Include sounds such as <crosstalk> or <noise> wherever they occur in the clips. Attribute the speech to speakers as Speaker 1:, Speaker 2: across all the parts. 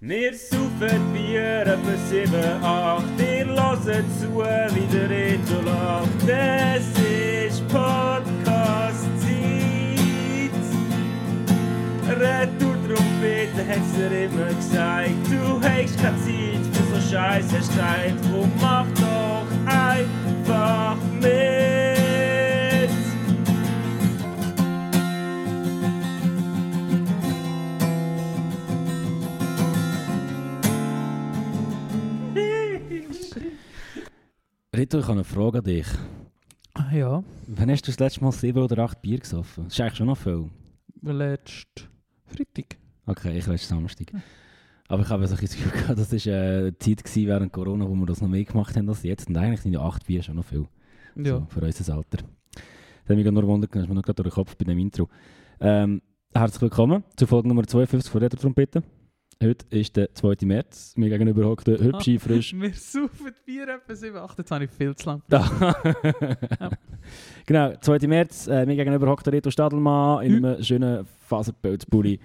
Speaker 1: Wir saufen Bier etwa 7, 8. Ihr hört zu, wie der Reto lacht. Es ist Podcast-Zeit. er Retour-Trompete hat's dir immer gesagt. Du hast keine Zeit für so Scheiß, hast Zeit. Und mach doch einfach mit.
Speaker 2: Rito, ich habe eine Frage an dich.
Speaker 3: Ah Ja,
Speaker 2: Wann hast du das letzte Mal sieben oder acht Bier gesoffen? Das ist eigentlich schon noch viel.
Speaker 3: letzten Freitag.
Speaker 2: Okay, ich weiß Samstag. Aber ich habe so ein bisschen das Gefühl <laughs> gehabt, das war äh, eine Zeit gewesen während Corona, wo wir das noch mehr gemacht haben als jetzt. Und eigentlich sind ja acht Bier schon noch viel.
Speaker 3: Ja.
Speaker 2: So, für unser Alter. Das hat mich gerade nur gewundert, das ist mir noch gerade durch den Kopf bei dem Intro. Ähm, herzlich willkommen zu Folge Nummer 52 von Retro-Trompete. Heute ist der 2. März. Mir gegenüber hockt der hübsche, frisch.
Speaker 3: Wir saufen Bier etwa 7, 8. Jetzt habe ich viel zu lang.
Speaker 2: Da. <laughs> genau, 2. März. Äh, mir gegenüber hockt der Reto Stadelmann in einem schönen Faserpelzpulli.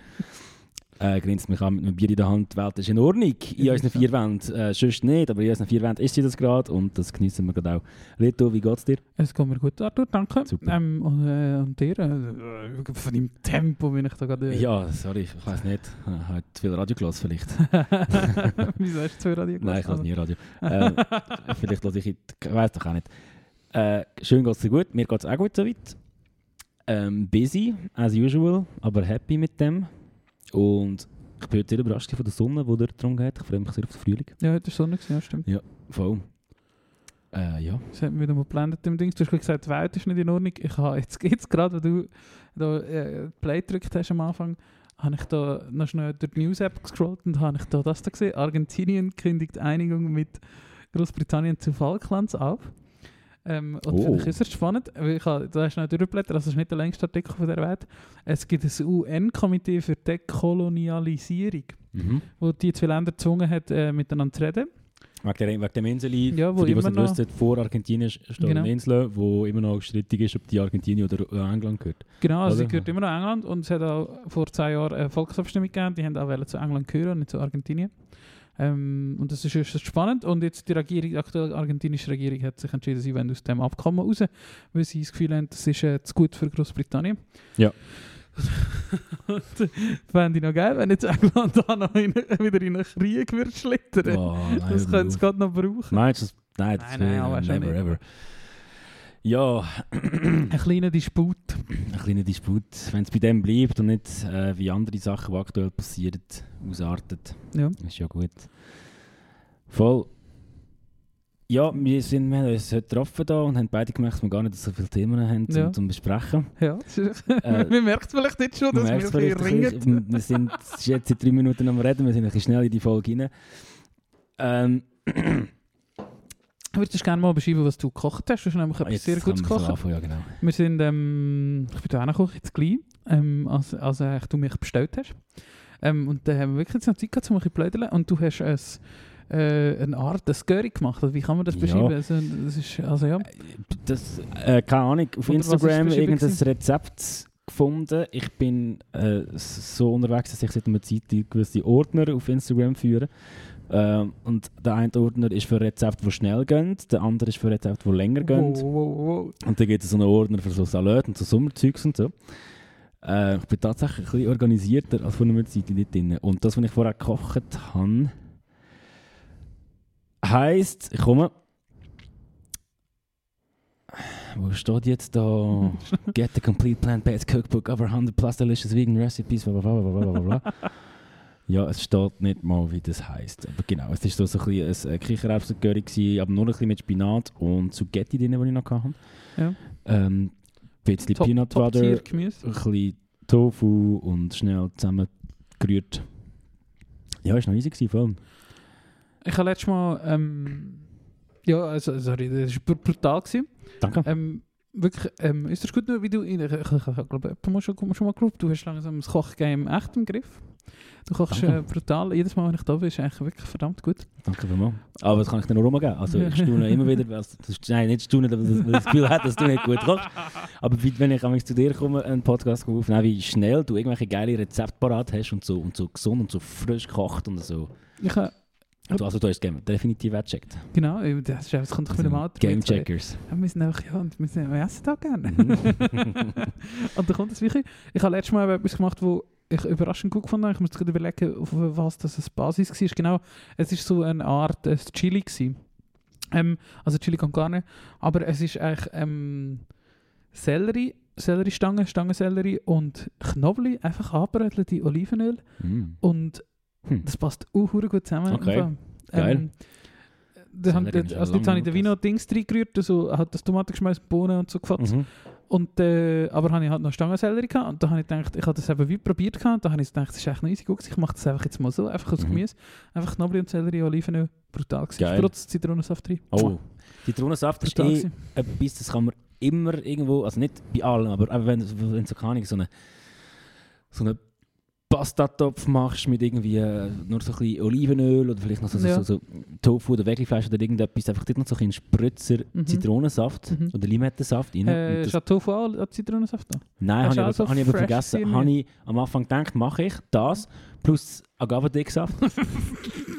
Speaker 2: Äh, grinst mich an mit einem Bier in der Hand. Die Welt ist in Ordnung in unseren vier Wänden. Äh, sonst nicht, aber in unseren vier Wänden ist sie das gerade und das genießen wir gerade auch. Reto, wie geht's dir?
Speaker 3: Es geht mir gut, Arthur, danke.
Speaker 2: Super.
Speaker 3: Ähm, und, äh, und dir? Äh, von deinem Tempo bin ich da gerade...
Speaker 2: Ja, sorry, ich weiß nicht. Ich habe zu viel Radio gelassen vielleicht.
Speaker 3: <laughs> Wieso hast du zu Radio
Speaker 2: Nein, ich
Speaker 3: gelassen?
Speaker 2: lasse nie Radio. Ähm,
Speaker 3: <laughs>
Speaker 2: vielleicht lasse ich... Ich weiß doch auch nicht. Äh, schön geht's dir gut. Mir geht's auch gut soweit. Ähm, busy, as usual, aber happy mit dem. Und ich bin heute sehr überrascht von der Sonne, die dort drum geht. Ich freue mich sehr auf den Frühling.
Speaker 3: Ja, heute war Sonne, gewesen, ja, stimmt.
Speaker 2: Voll. Äh, ja.
Speaker 3: Das hat mich wieder mal geblendet im Ding. Du hast gerade gesagt, die Welt ist nicht in Ordnung. Ich habe jetzt, jetzt gerade, wenn du da äh, Play gedrückt hast am Anfang, habe ich da noch schnell durch die News-App gescrollt und habe ich da das da gesehen. Argentinien kündigt Einigung mit Großbritannien zu Falklands ab. Ähm, und
Speaker 2: Oh.
Speaker 3: finde ich äußerst spannend, weil ich habe, da hast du noch durchgeblättert, also das ist nicht der längste Artikel von der Welt. Es gibt ein UN-Komitee für Dekolonialisierung,
Speaker 2: Mhm.
Speaker 3: wo die zwei Länder gezwungen hat, äh, miteinander zu reden.
Speaker 2: Wegen, der, wegen dem Inseli,
Speaker 3: Ja, wo
Speaker 2: für die, die es
Speaker 3: immer
Speaker 2: nicht
Speaker 3: noch-
Speaker 2: wissen, vor Argentinien steht
Speaker 3: Genau.
Speaker 2: eine Insel, wo immer noch strittig ist, ob die Argentinien oder äh, England gehört.
Speaker 3: <laughs> Genau, also sie
Speaker 2: Oder?
Speaker 3: gehört immer noch England und es hat auch vor zwei Jahren eine Volksabstimmung gegeben, die haben auch wollen zu England gehören, nicht zu Argentinien. Ähm, und das ist äußerst spannend und jetzt die Regierung, die aktuelle argentinische Regierung hat sich entschieden, sie wollen aus dem Abkommen raus, weil sie das Gefühl haben, das ist äh, zu gut für Großbritannien.
Speaker 2: Ja.
Speaker 3: <laughs> und äh, fände ich noch geil, wenn jetzt England da noch in, wieder in einen Krieg würde schlittern.
Speaker 2: Boah, nein,
Speaker 3: das
Speaker 2: hör
Speaker 3: könnte
Speaker 2: auf.
Speaker 3: es gerade noch brauchen.
Speaker 2: Nein, das, nein, das
Speaker 3: Nein, nein, aber schon
Speaker 2: eh, never
Speaker 3: nicht.
Speaker 2: ever. Ja,
Speaker 3: Ein kleiner Disput.
Speaker 2: ein kleiner Disput. Wenn es bei dem bleibt und nicht äh, wie andere Sachen, die aktuell passieren, ausartet,
Speaker 3: Ja.
Speaker 2: ist ja gut. Voll. Ja, wir, sind, wir haben uns heute getroffen da und haben beide gemerkt, dass wir gar nicht so viele Themen haben zum,
Speaker 3: Ja.
Speaker 2: zum
Speaker 3: <laughs>
Speaker 2: Besprechen.
Speaker 3: Ja, das ist,
Speaker 2: Äh,
Speaker 3: man merkt es vielleicht jetzt schon,
Speaker 2: Man
Speaker 3: dass wir
Speaker 2: merkt's
Speaker 3: ein bisschen
Speaker 2: vielleicht ein
Speaker 3: ringen.
Speaker 2: bisschen. wir
Speaker 3: <laughs>
Speaker 2: sind jetzt seit drei Minuten am Reden, wir sind ein bisschen schnell in die Folge rein. Ähm,
Speaker 3: Würdest du gerne mal beschreiben, was du gekocht Dus hast? Du hast nämlich etwas sehr
Speaker 2: ah, kann
Speaker 3: Gutes
Speaker 2: man so
Speaker 3: gekocht.
Speaker 2: anfangen, Ja, genau.
Speaker 3: Wir sind, ähm, ich bin da auch noch gekocht, jetzt gleich, ähm, als, als äh, du mich bestellt hast. Ähm, und dann haben wir wirklich jetzt noch Zeit gehabt, um ein bisschen zu blödeln. Und du hast ein, äh, eine Art, ein Curry gemacht. Also, wie dus kann man das
Speaker 2: Ja.
Speaker 3: beschreiben? Also, das ist, also ja,
Speaker 2: das, äh, keine Ahnung, auf
Speaker 3: Oder was ist
Speaker 2: Instagram
Speaker 3: beschrieben
Speaker 2: irgendein
Speaker 3: gewesen?
Speaker 2: Rezept gefunden. Ich bin äh, s- so unterwegs, dass ich seit einer Zeit gewisse Ordner auf Instagram führe. Ähm, und der eine Ordner ist für Rezepte, die schnell gehen, der andere ist für Rezepte, die länger gehen.
Speaker 3: wow, wow, wow.
Speaker 2: Und dann gibt es so einen Ordner für so Salat und so Sommerzeugs und so. Äh, ich bin tatsächlich ein bisschen organisierter als vor einer Zeit dort drin. Und das, was ich vorher gekocht habe, heisst, ich komme. Wo steht jetzt
Speaker 3: <laughs>
Speaker 2: da? Get the complete plant-based cookbook over 100 plus delicious vegan recipes, bla bla bla bla bla bla. bla. Ja, es steht nicht mal, wie das heisst. Aber genau, es war so ein bisschen ein Kichererbsen-Curry, gewesen, aber nur ein bisschen mit Spinat und Zugetti drin, die ich noch hatte.
Speaker 3: Ja.
Speaker 2: Ähm, ein bisschen
Speaker 3: Top-
Speaker 2: Peanut Butter,
Speaker 3: Top-Tier Gemüse.
Speaker 2: ein bisschen Tofu und schnell zusammengerührt. Ja, ist noch easy gewesen, voll.
Speaker 3: Ich habe letztes Mal, ähm, ja, also, sorry, das war brutal. Gewesen.
Speaker 2: Danke.
Speaker 3: Ähm, wirklich, ähm, ist das gut, nur wie du. Ich, ich, ich, ich glaube, jemand muss schon, schon mal glauben, du hast langsam das Kochgame echt im Griff. Du kochst äh, brutal. Jedes Mal, wenn ich da bin, ist eigentlich wirklich verdammt gut.
Speaker 2: Danke vielmals. Aber das kann ich dir nur rumgeben. Also ich staune immer wieder, weil es- das- nein, nicht staune, weil ich das Gefühl hat, dass du nicht gut kochst.
Speaker 3: <laughs>
Speaker 2: Aber wie- wenn ich manchmal zu dir komme, einen Podcast aufnehme, wie schnell du irgendwelche geile Rezepte parat hast und so, und so gesund und so frisch gekocht und so.
Speaker 3: Ich, äh,
Speaker 2: Du, also du hast es gegeben. definitiv Also, weggecheckt.
Speaker 3: genau, äh, das, ist, das kommt doch mit dem Alter. mit, äh,
Speaker 2: Gamecheckers.
Speaker 3: Ja, wir sind einfach, ja, und wir, sind, wir essen da gerne.
Speaker 2: Mhm.
Speaker 3: <laughs> und dann kommt das wirklich. Ich habe letztes Mal etwas gemacht, wo ich überraschend gut fand. Ich muss gerade überlegen, auf was das als Basis war. Genau, es ist so eine Art äh, Chili. Gewesen. Ähm, also Chili kann gar nicht. Aber es ist eigentlich ähm, Sellerie, Selleriestangen, Stangensellerie und Knoblauch, einfach anbröteln in Olivenöl.
Speaker 2: Mhm.
Speaker 3: Und
Speaker 2: Hm.
Speaker 3: das passt auch verdammt gut zusammen.
Speaker 2: Okay.
Speaker 3: Im Fall.
Speaker 2: Geil.
Speaker 3: Ähm, da haben,
Speaker 2: Sellerie ist ja
Speaker 3: also jetzt
Speaker 2: lang
Speaker 3: habe ich den
Speaker 2: genug,
Speaker 3: Vino Dings reingerührt, also hat das Tomatengeschmeiß, Bohnen und so gefatzt.
Speaker 2: Mhm.
Speaker 3: Und, äh, aber habe ich halt noch Stangensellerie gehabt und da habe ich gedacht, ich habe das eben wie probiert gehabt. Da habe ich gedacht, das ist echt noch easy gut, gewesen. ich mache das einfach jetzt mal so, einfach aus
Speaker 2: Mhm.
Speaker 3: Gemüse. Einfach Knoblauch und Sellerie, Olivenöl, brutal gewesen.
Speaker 2: Geil.
Speaker 3: Trotz Zitronensaft rein.
Speaker 2: Oh. Zitronensaft ist
Speaker 3: brutal
Speaker 2: eh
Speaker 3: gewesen.
Speaker 2: etwas, das kann man immer irgendwo, also nicht bei allem, aber eben wenn, wenn so keine Ahnung, so eine so einen Pastatopf machst mit irgendwie äh, nur so ein bisschen Olivenöl oder vielleicht noch so, so-
Speaker 3: Ja.
Speaker 2: so, so Tofu oder Wegelfleisch oder irgendetwas, einfach dort noch so ein bisschen Spritzer
Speaker 3: Mhm.
Speaker 2: Zitronensaft
Speaker 3: Mhm.
Speaker 2: oder Limettensaft rein. Und
Speaker 3: Äh,
Speaker 2: das-
Speaker 3: Chateau von hat Zitronensaft da.
Speaker 2: Nein,
Speaker 3: Hast
Speaker 2: habe
Speaker 3: du
Speaker 2: ich,
Speaker 3: also
Speaker 2: aber- habe ich aber
Speaker 3: fresh
Speaker 2: vergessen.
Speaker 3: Sirne?
Speaker 2: Habe ich am Anfang gedacht, mache ich das plus Agavendicksaft.
Speaker 3: <laughs>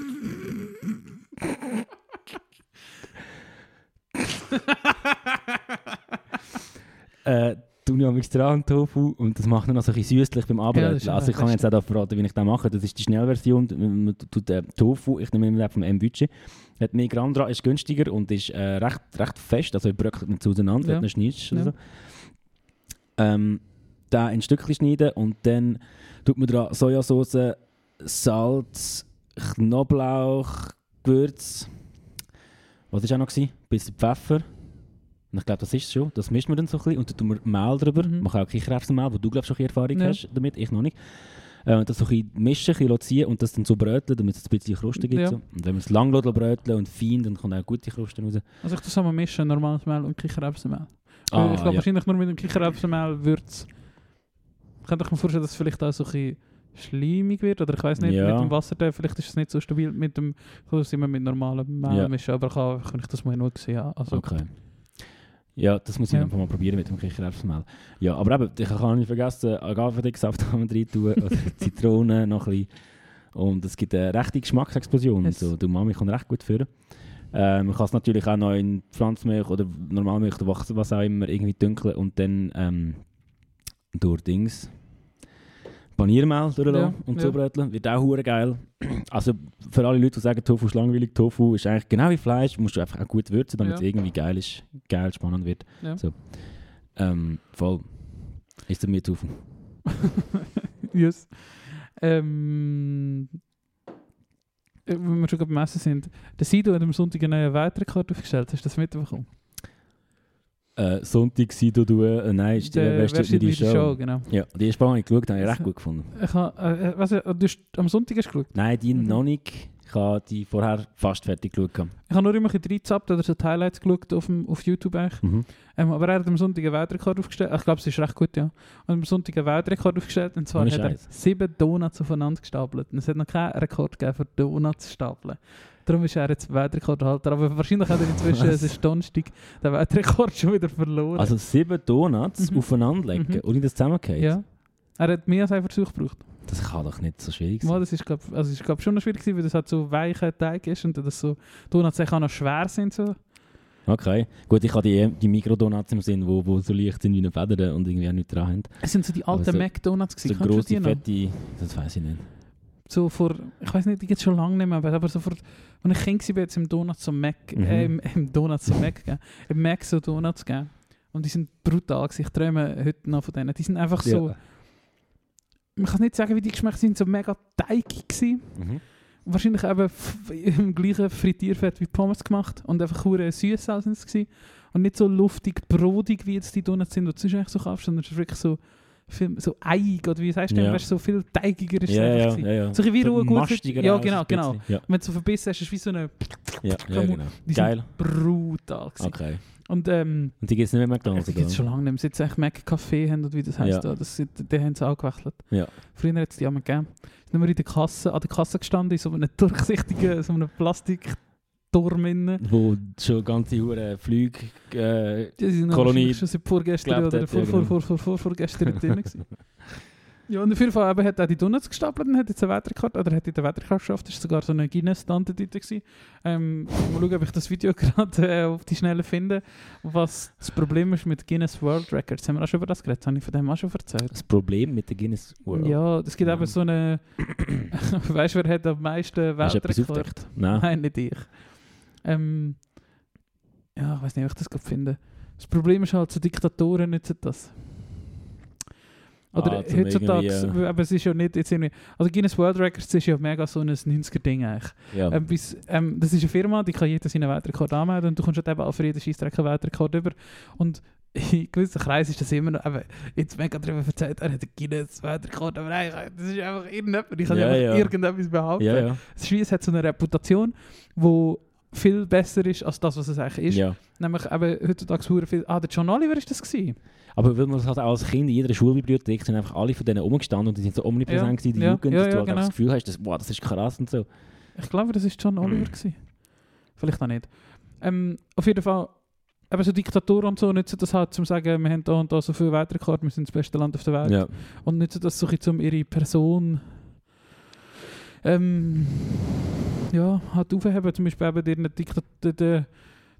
Speaker 2: äh, tue ich am extra Tofu und das macht dann noch so ein bisschen süßlich beim
Speaker 3: das
Speaker 2: Abröteln.
Speaker 3: ist
Speaker 2: also ich
Speaker 3: immer
Speaker 2: kann
Speaker 3: das
Speaker 2: jetzt auch da verraten, wie ich das mache. Das ist die Schnellversion. Man tut äh, Tofu, ich nehme immer den vom M-Budget, hat mehr Gramm dran, ist günstiger und ist äh, recht, recht fest. Also er bröckelt nicht auseinander,
Speaker 3: Ja.
Speaker 2: wenn du ihn schneidest. oder
Speaker 3: Ja.
Speaker 2: So. Ähm, da in Stückchen schneiden und dann tut man dran Sojasauce, Salz, Knoblauch, Gewürz. Was war auch noch? Gewesen? Bisschen Pfeffer. Und ich glaube, das ist es schon. Das mischt man dann so ein bisschen und dann tun wir Mehl drüber.
Speaker 3: Mhm.
Speaker 2: Man kann auch Kichererbsenmehl, wo du glaubst, schon ein bisschen Erfahrung
Speaker 3: Ja.
Speaker 2: hast damit, ich noch nicht. Äh, und das so ein bisschen mischen, ein bisschen ziehen und das dann so bröteln, damit es ein bisschen Kruste gibt.
Speaker 3: Ja.
Speaker 2: So. Und wenn man es lang lässt, bröteln und fein, dann kommt auch gute Kruste raus.
Speaker 3: Also ich zusammen mischen, normales Mehl und Kichererbsenmehl. Weil
Speaker 2: Ah,
Speaker 3: Äh, ich glaube
Speaker 2: ja.
Speaker 3: wahrscheinlich nur mit dem Kichererbsenmehl wird es... Könnte ich mir vorstellen, dass es vielleicht auch so ein bisschen schleimig wird oder ich weiß nicht,
Speaker 2: Ja.
Speaker 3: mit dem Wasserteig vielleicht ist es nicht so stabil mit dem... Ich glaube, das immer mit normalem Mehl
Speaker 2: Ja.
Speaker 3: mischen, aber ich kann, kann ich das mal in Ruhe sehen, ja. Also,
Speaker 2: Okay. Ja, das muss ich
Speaker 3: Ja.
Speaker 2: einfach mal probieren mit dem Kichererbsenmehl. Ja, aber eben, ich kann nicht vergessen, Agavendicksaft kann man rein tun,
Speaker 3: <laughs>
Speaker 2: oder also Zitrone noch ein bisschen. Und es gibt eine rechte Geschmacksexplosion.
Speaker 3: Yes.
Speaker 2: So, die Mami kann recht gut führen. Äh, man kann es natürlich auch noch in Pflanzenmilch oder Normalmilch oder was was auch immer irgendwie dünkeln und dann ähm, durch Dings Paniermehl durchlassen
Speaker 3: Ja,
Speaker 2: und
Speaker 3: ja.
Speaker 2: zubröteln. Wird auch hure geil. Also für alle Leute, die sagen, Tofu ist langweilig, Tofu ist eigentlich genau wie Fleisch, musst du einfach auch gut würzen, damit
Speaker 3: Ja.
Speaker 2: es irgendwie geil ist, geil, spannend wird.
Speaker 3: Ja.
Speaker 2: So. Ähm, voll. Ist er mir Tofu.
Speaker 3: <laughs> yes. Ähm, äh, wenn wir schon gerade beim Essen sind, der Sido hat am Sonntag einen neuen Weltrekord aufgestellt, hast du das mitbekommen?
Speaker 2: Äh, Sonntag war du, du äh, nein, ist die
Speaker 3: Der
Speaker 2: Wer steht
Speaker 3: Wer
Speaker 2: in die
Speaker 3: steht in
Speaker 2: Show.
Speaker 3: der genau.
Speaker 2: Ja, die erste Mal, die ich geschaut habe, habe ich recht
Speaker 3: <laughs> Also-
Speaker 2: gut gefunden.
Speaker 3: Ich hab, äh, äh, was, äh, du hast am Sonntag hast du geschaut?
Speaker 2: Nein, die
Speaker 3: Mhm.
Speaker 2: noch nicht. Ich habe die vorher fast fertig geschaut.
Speaker 3: Ich habe nur immer ein bisschen reingezappt oder so die Highlights geschaut auf, dem, auf YouTube eigentlich.
Speaker 2: Mhm.
Speaker 3: Ähm, aber er hat am Sonntag einen Weltrekord aufgestellt. Ich glaube, es ist recht gut, ja. Und am Sonntag einen Weltrekord aufgestellt. Und zwar
Speaker 2: Ohne
Speaker 3: hat er
Speaker 2: Scheiß.
Speaker 3: sieben Donuts aufeinander gestapelt. Und es hat noch keinen Rekord gegeben für Donuts stapeln. Darum ist er jetzt Weltrekordhalter. Aber wahrscheinlich hat
Speaker 2: <laughs>
Speaker 3: er inzwischen, es ist Donnerstag, den Weltrekord schon wieder verloren.
Speaker 2: Also sieben Donuts
Speaker 3: Mhm.
Speaker 2: aufeinanderlegen,
Speaker 3: Mhm.
Speaker 2: ohne dass es zusammengeht.
Speaker 3: ja. Er hat mehr als einen Versuch gebraucht.
Speaker 2: Das kann doch nicht so schwierig sein.
Speaker 3: Mal, das ist, glaub, also ist glaub, schon noch schwierig gewesen, weil das halt so weicher Teig ist und das so Donuts eigentlich auch noch schwer sind. So.
Speaker 2: Okay. Gut, ich habe die, die Mikrodonuts im Sinn, die wo, wo so leicht sind wie eine Feder und irgendwie auch nichts dran haben.
Speaker 3: Es sind so die
Speaker 2: Aber
Speaker 3: alten
Speaker 2: so-
Speaker 3: McDonuts
Speaker 2: So
Speaker 3: gewesen. Kannst du die
Speaker 2: grosse,
Speaker 3: noch?
Speaker 2: fette... Das weiß ich nicht.
Speaker 3: so vor, ich weiß nicht, die gibt schon lange nicht mehr, aber- aber so vor, wenn ich Kind war, jetzt im Donuts zum Mac,
Speaker 2: Mhm.
Speaker 3: äh, im, im Donuts zum Mac gegeben, im Mac so Donuts gegeben. Und die sind brutal gewesen. Ich träume heute noch von denen. Die sind einfach so,
Speaker 2: Ja.
Speaker 3: man kann nicht sagen, wie die geschmeckt sind, so mega teigig gewesen.
Speaker 2: Mhm.
Speaker 3: Wahrscheinlich eben f- im gleichen Frittierfett wie Pommes gemacht und einfach hure süß aus sind sie gewesen. Und nicht so luftig, brodig, wie jetzt die Donuts sind, die du sonst eigentlich so kaufst, sondern es ist wirklich so, viel, so eiig, oder wie sagst du,
Speaker 2: Ja.
Speaker 3: ja. so viel teigiger ist es
Speaker 2: Ja,
Speaker 3: einfach
Speaker 2: ja,
Speaker 3: gewesen.
Speaker 2: ja, ja.
Speaker 3: So ein bisschen wie Ruhe gut-
Speaker 2: mastiger
Speaker 3: Ja,
Speaker 2: auch, so
Speaker 3: genau,
Speaker 2: ein
Speaker 3: genau.
Speaker 2: bisschen. Ja,
Speaker 3: Wenn du so verbissen hast, ist es wie so eine
Speaker 2: ja, ja
Speaker 3: Kamu-
Speaker 2: genau.
Speaker 3: die sind
Speaker 2: Geil.
Speaker 3: brutal. gewesen.
Speaker 2: Okay.
Speaker 3: Und ähm,
Speaker 2: Und die gibt es nicht mehr
Speaker 3: die
Speaker 2: McDonalds.
Speaker 3: gibt es schon lange nicht mehr. Seit echt Mac Café haben und wie das heisst.
Speaker 2: Ja.
Speaker 3: Ja. Das, sind- die haben es auch gewechselt.
Speaker 2: Ja.
Speaker 3: Früher hat es die immer gegeben. Ist nicht mehr in der Kasse, an der Kasse gestanden, in so einem durchsichtigen, so einem Plastikturm innen.
Speaker 2: Wo schon ganze Huren Flüge. Äh,
Speaker 3: Die sind noch
Speaker 2: Kolonie
Speaker 3: wahrscheinlich schon seit vorgestern
Speaker 2: gelebt
Speaker 3: oder
Speaker 2: hat,
Speaker 3: vor,
Speaker 2: ja,
Speaker 3: vor,
Speaker 2: genau.
Speaker 3: vor, vor, vor, vorgestern
Speaker 2: <laughs>
Speaker 3: drin gewesen. Ja, und auf jeden Fall eben hat er die Donuts gestapelt und hat jetzt eine Wetterkarte, oder hat in der Wetterkarte geschafft, ist sogar so eine Guinness-Tante dort gewesen. Ähm, mal schauen, ob ich das Video <laughs> gerade äh, auf die Schnelle finde, was das Problem ist mit Guinness World Records. Haben wir auch schon über das geredet? Habe ich von dem auch schon erzählt?
Speaker 2: das Problem mit der Guinness World.
Speaker 3: Ja, es gibt
Speaker 2: Ja.
Speaker 3: eben so eine... <clears throat> weißt du, wer hat am meisten
Speaker 2: Hast du etwas
Speaker 3: Weltrekord?
Speaker 2: aufgedeckt?
Speaker 3: <laughs>
Speaker 2: Nein.
Speaker 3: Nein, nicht ich. Ähm, ja, ich weiß nicht, ob ich das gerade finde. Das Problem ist halt, so Diktatoren nützen das. Oder
Speaker 2: Ah, zum
Speaker 3: heutzutage,
Speaker 2: irgendwie,
Speaker 3: aber es ist ja nicht jetzt irgendwie. Also Guinness World Records ist ja mega so ein 90er-Ding eigentlich.
Speaker 2: Ja.
Speaker 3: Ähm, bis, ähm, das ist eine Firma, die kann jeder seinen Weltrekord anmelden und du kommst halt eben auch für jeden Scheissdreck einen Weltrekord über. Und <laughs> in gewissen Kreisen ist das immer noch, eben, jetzt mega darüber erzählt, er hat einen Guinness Weltrekord, aber eigentlich, das ist einfach irgendjemand, ich kann
Speaker 2: Ja,
Speaker 3: einfach
Speaker 2: ja.
Speaker 3: irgendetwas behaupten.
Speaker 2: ja, ja.
Speaker 3: Die Schweiz hat so eine Reputation, die viel besser ist als das, was es eigentlich ist.
Speaker 2: ja.
Speaker 3: Nämlich eben heutzutage hure viel. Ah, der John Oliver ist das gewesen.
Speaker 2: Aber weil man das halt auch als Kind in jeder Schulbibliothek sind einfach alle von denen umgestanden und die sind so omnipräsent
Speaker 3: Ja,
Speaker 2: gewesen, die
Speaker 3: ja,
Speaker 2: Jugend,
Speaker 3: ja,
Speaker 2: dass du
Speaker 3: ja,
Speaker 2: halt einfach
Speaker 3: genau.
Speaker 2: das Gefühl hast, dass, wow, das ist krass und so.
Speaker 3: Ich glaube, das ist John Oliver gewesen. Vielleicht auch nicht. Ähm, auf jeden Fall, eben so Diktatoren und so nutzen das halt, um zu sagen, wir haben da und da so viel Weltrekord, wir sind das beste Land auf der Welt.
Speaker 2: Ja.
Speaker 3: Und nutzen das so ein bisschen, um ihre Person ähm, ja, halt aufheben. Zum Beispiel eben der Diktat der, der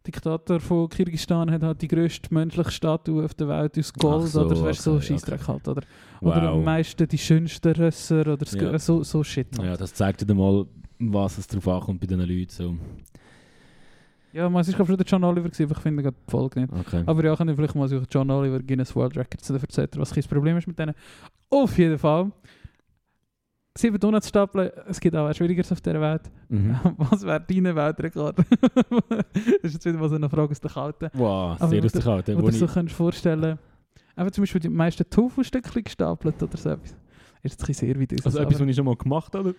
Speaker 3: Diktator von Kirgisistan hat halt die grösste menschliche Statue auf der Welt aus Gold
Speaker 2: Ach so,
Speaker 3: oder weißt, du, so
Speaker 2: okay,
Speaker 3: Scheissdreck halt. Oder, oder am
Speaker 2: Wow.
Speaker 3: meisten die schönsten Rösser oder das-
Speaker 2: Ja.
Speaker 3: so, so Shit. Halt.
Speaker 2: Ja, das zeigt dir dann mal, was es drauf ankommt bei diesen Leuten. So.
Speaker 3: Ja, man, es war schon der John Oliver, gewesen, aber ich finde gerade die Folge nicht.
Speaker 2: Okay.
Speaker 3: Aber ja, könnt ihr vielleicht mal suchen, John Oliver, Guinness World Records, dann erzählt er, was das Problem ist mit denen. Auf jeden Fall. Sieben Donuts stapeln, es gibt auch was Schwierigeres auf dieser Welt.
Speaker 2: Mhm.
Speaker 3: <laughs> Was wäre dein Weltrekord? <laughs> das ist jetzt wieder mal so eine Frage aus der Kalten.
Speaker 2: Wow,
Speaker 3: Aber
Speaker 2: sehr aus
Speaker 3: mit
Speaker 2: der Karte.
Speaker 3: Wo
Speaker 2: Wo
Speaker 3: du dir
Speaker 2: ich,
Speaker 3: so kannst vorstellen einfach zum Beispiel die meisten Tofu-Stückchen gestapelt oder so etwas. Ist jetzt ein bisschen sehr weit aus.
Speaker 2: also etwas, was ich schon mal gemacht habe,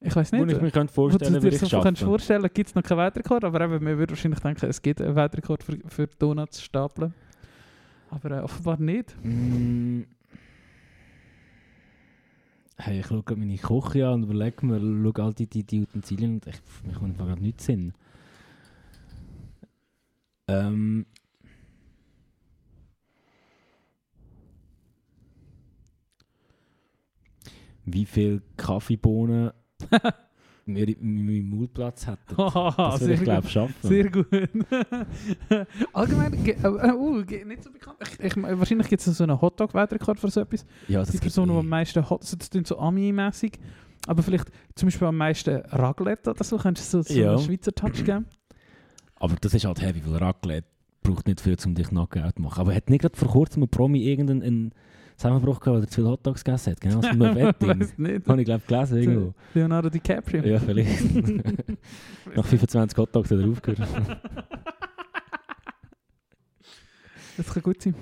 Speaker 3: ich weiß
Speaker 2: wo
Speaker 3: nicht.
Speaker 2: ich mir könnte
Speaker 3: wo du
Speaker 2: vorstellen
Speaker 3: dir
Speaker 2: würde,
Speaker 3: so
Speaker 2: ich
Speaker 3: kannst
Speaker 2: schaffe.
Speaker 3: vorstellen, gibt es noch keinen Weltrekord, aber eben, man würde wahrscheinlich denken, es gibt einen Weltrekord für, für Donuts stapeln. Aber äh, offenbar nicht.
Speaker 2: Mm. Hey, ich schaue gerade meine Küche an und überlege mir, schaue all die, die, die Utensilien und ich, pff, mir kommt einfach gerade nichts in den Sinn. Ähm. Wie viel <laughs> Kaffeebohnen wir in meinem Maulplatz hätten.
Speaker 3: Haha,
Speaker 2: Das würde ich glaube
Speaker 3: gut.
Speaker 2: schaffen.
Speaker 3: Sehr gut. <laughs> Allgemein, ge- äh, äh, uh, ge- nicht so bekannt. Ich, ich, wahrscheinlich gibt es so einen Hotdog-Weltrekord für so etwas.
Speaker 2: ja, das
Speaker 3: die
Speaker 2: gibt
Speaker 3: Person, die
Speaker 2: eh.
Speaker 3: am meisten hat, das klingt so Ami-mässig, aber vielleicht zum Beispiel am meisten Raclette oder so, könntest du so, so
Speaker 2: Ja.
Speaker 3: einen Schweizer
Speaker 2: <clears throat>
Speaker 3: Touch geben?
Speaker 2: Aber das ist halt heavy, weil Raclette braucht nicht viel, um dich Knockout zu machen. Aber hat nicht gerade vor kurzem ein Promi irgendeinen einen Zusammenbruch gehabt, weil er zu viel Hotdogs gegessen hat? Genau, so
Speaker 3: <laughs>
Speaker 2: ein Wetting.
Speaker 3: Weiss nicht.
Speaker 2: Habe ich glaube gelesen
Speaker 3: <laughs>
Speaker 2: irgendwo.
Speaker 3: Leonardo DiCaprio.
Speaker 2: Ja, vielleicht.
Speaker 3: <laughs>
Speaker 2: Nach 25 Hotdogs hat er aufgehört.
Speaker 3: Das kann gut sein.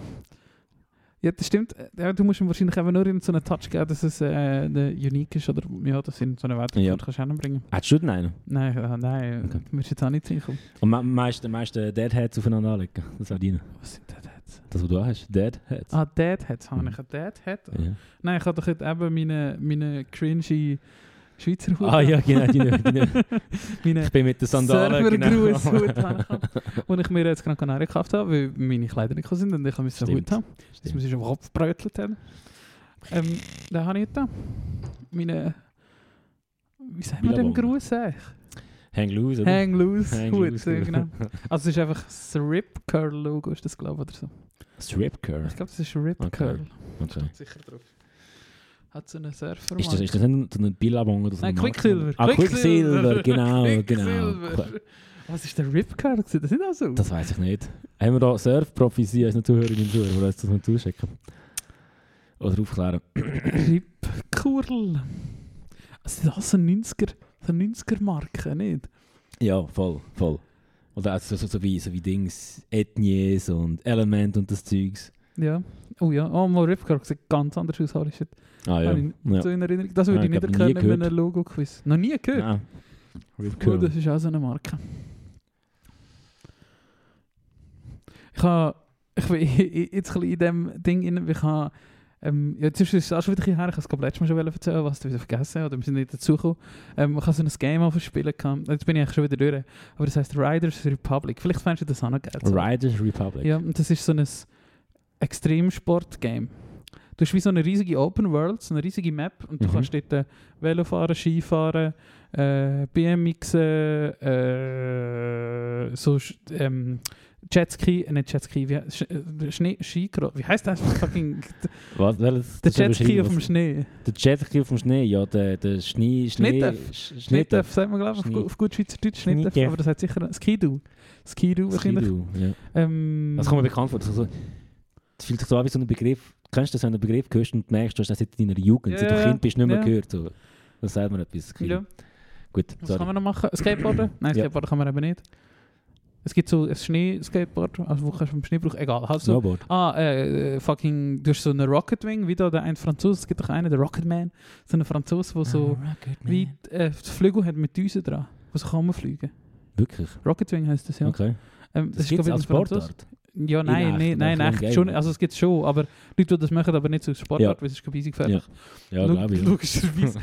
Speaker 3: Ja, das stimmt. Äh, Ja, du musst ihm wahrscheinlich eben nur in so einen Touch geben, dass es äh, eine unique ist oder ja, dass in so einen Weltrekord
Speaker 2: Ja.
Speaker 3: kannst du hinbringen.
Speaker 2: Hättest du denn einen?
Speaker 3: Nein, äh, nein,
Speaker 2: Okay.
Speaker 3: du musst jetzt auch nicht sicher.
Speaker 2: Und am meisten, am meisten Deadheads aufeinander anlegen. Das wäre deiner.
Speaker 3: Was sind Deadheads?
Speaker 2: Das, was du auch hast. Deadheads.
Speaker 3: Ah, Deadheads habe
Speaker 2: Mhm.
Speaker 3: ich. Ein Deadhead?
Speaker 2: Ja.
Speaker 3: Nein, ich habe doch heute eben meine, meine cringy Schweizer Hut.
Speaker 2: Ah ja, genau. Deine, deine.
Speaker 3: meine <laughs>
Speaker 2: Ich bin mit den Sandalen. <laughs>
Speaker 3: Servergruß-Hut genau. Und ich mir jetzt Gran Canaria gekauft habe, weil meine Kleider nicht gekommen sind und ich musste einen
Speaker 2: Stimmt.
Speaker 3: Hut haben. Das
Speaker 2: Stimmt.
Speaker 3: muss ich am Kopf brötelt haben. Ähm, da habe ich da meine... Wie sagt man dem
Speaker 2: Billabong.
Speaker 3: Gruß eigentlich?
Speaker 2: Hang loose, oder?
Speaker 3: Hang loose.
Speaker 2: Hang
Speaker 3: Hut,
Speaker 2: loose,
Speaker 3: ja,
Speaker 2: genau. <laughs>
Speaker 3: genau. Also es ist einfach das Rip dus Curl Logo, ist das glaube ich oder so.
Speaker 2: Strip Curl.
Speaker 3: Ich glaube das ist Rip
Speaker 2: Okay.
Speaker 3: dus Curl.
Speaker 2: Okay.
Speaker 3: Sicher drauf. Hat so einen Surfer.
Speaker 2: Ist das, ist das nicht so ein Billabong oder so? ein
Speaker 3: Nein,
Speaker 2: Marken-
Speaker 3: Quicksilver.
Speaker 2: Ah, Quicksilver,
Speaker 3: <laughs>
Speaker 2: genau,
Speaker 3: Quicksilver.
Speaker 2: genau.
Speaker 3: Was ist der Rip Curl? gewesen? Das sind auch so.
Speaker 2: Das weiß ich nicht. Haben wir da Surf-Profis hier als eine Zuhörerin und Zuhörer, die uns das noch zuschicken? Oder aufklären? <clears throat>
Speaker 3: Ripkurl. Also das ist so 90er, so 90er Marke, nicht?
Speaker 2: Ja, voll, voll. Oder also so, so, wie, so wie Dings, Ethnies und Element und das Zeugs.
Speaker 3: Ja. Oh ja, oh, mal Ripkurl sieht ganz anders aus, Harry. Shit.
Speaker 2: Ah ja.
Speaker 3: Habe ich
Speaker 2: ja.
Speaker 3: So in Erinnerung. Das würde
Speaker 2: Ja,
Speaker 3: ich
Speaker 2: ich
Speaker 3: nicht
Speaker 2: glaub,
Speaker 3: erkennen
Speaker 2: nie
Speaker 3: in
Speaker 2: gehört.
Speaker 3: einem Logo-Quiz. Noch nie gehört.
Speaker 2: Nein. Rip
Speaker 3: Oh,
Speaker 2: Curl.
Speaker 3: das ist auch so eine Marke. Ich, habe, ich bin jetzt ein bisschen in dem Ding in, ich habe, ähm, ja, jetzt ist es auch schon wieder ein bisschen her, ich habe es gerade letztes Mal schon wollen erzählen, was ich wieder vergessen oder wir sind nicht dazugekommen. Ähm, ich habe so ein Game auf spielen kann. Jetzt bin ich eigentlich schon wieder durch. Aber das heisst Riders Republic. Vielleicht fändest du das auch noch geil.
Speaker 2: Riders Republic.
Speaker 3: Ja, und das ist so ein Extremsport-Game. Du hast wie so eine riesige Open World, so eine riesige Map und du
Speaker 2: Mhm.
Speaker 3: kannst dort äh, Velo fahren, Skifahren, äh, BMX, äh, so Sch- ähm, Jetski, äh, nicht Jetski, wie, Sch äh, Schnee, Skigro, wie heißt das? Fucking,
Speaker 2: Was, welches,
Speaker 3: der
Speaker 2: das
Speaker 3: Jetski
Speaker 2: beschreiben,
Speaker 3: auf dem
Speaker 2: was-
Speaker 3: Schnee.
Speaker 2: Der Jetski auf dem Schnee, ja, der, der Schnee... Schnee
Speaker 3: Schnittef.
Speaker 2: Sch-
Speaker 3: Schnittef, sagt man glaube ich auf,
Speaker 2: Schnee.
Speaker 3: gu- auf gut Schweizerdeutsch, Schnittef,
Speaker 2: Schnittef.
Speaker 3: aber das hat sicher Skidu. Skidu wahrscheinlich.
Speaker 2: Skidu, ja.
Speaker 3: Ähm,
Speaker 2: Das kommt mir bekannt vor. Das, ist so, das fühlt sich so an wie so ein Begriff. Kennst du das, wenn du einen Begriff hörst und merkst, du hast das jetzt in deiner Jugend,
Speaker 3: Ja,
Speaker 2: seit du
Speaker 3: ja,
Speaker 2: Kind bist, nicht mehr
Speaker 3: ja.
Speaker 2: gehört. So. Das sagt mir etwas. Skidu.
Speaker 3: ja.
Speaker 2: Gut,
Speaker 3: Was kann
Speaker 2: sorry.
Speaker 3: man noch machen? Skateboarden? Nein,
Speaker 2: Ja.
Speaker 3: Skateboarden kann man eben nicht. Es gibt so ein Schnee-Skateboard, also wo kannst du vom Schnee brauchen, egal. Halt so.
Speaker 2: Snowboard.
Speaker 3: Ah, äh, äh, fucking, du hast so einen Rocketwing, wie da der ein Franzose, es gibt doch einen, der Rocketman, so ein Franzose,
Speaker 2: Ah,
Speaker 3: der so wie äh, das Flügel hat mit Düsen dran, der so kann fliegen.
Speaker 2: Wirklich?
Speaker 3: Wing heisst das, ja.
Speaker 2: Okay.
Speaker 3: Ähm,
Speaker 2: Das,
Speaker 3: ist,
Speaker 2: gibt es
Speaker 3: glaub ich,
Speaker 2: als
Speaker 3: ein Franzose.
Speaker 2: Sportart.
Speaker 3: Ja, nein,
Speaker 2: echt,
Speaker 3: nein,
Speaker 2: in
Speaker 3: nein,
Speaker 2: echt
Speaker 3: echt
Speaker 2: geil.
Speaker 3: schon. Also es gibt es schon, aber Leute, die das machen, aber nicht so als Sportart,
Speaker 2: Ja.
Speaker 3: weil es ist glaub ich, easy gefährlich.
Speaker 2: Ja,
Speaker 3: Log-
Speaker 2: glaube ich. ja. <laughs>
Speaker 3: Logischerweise.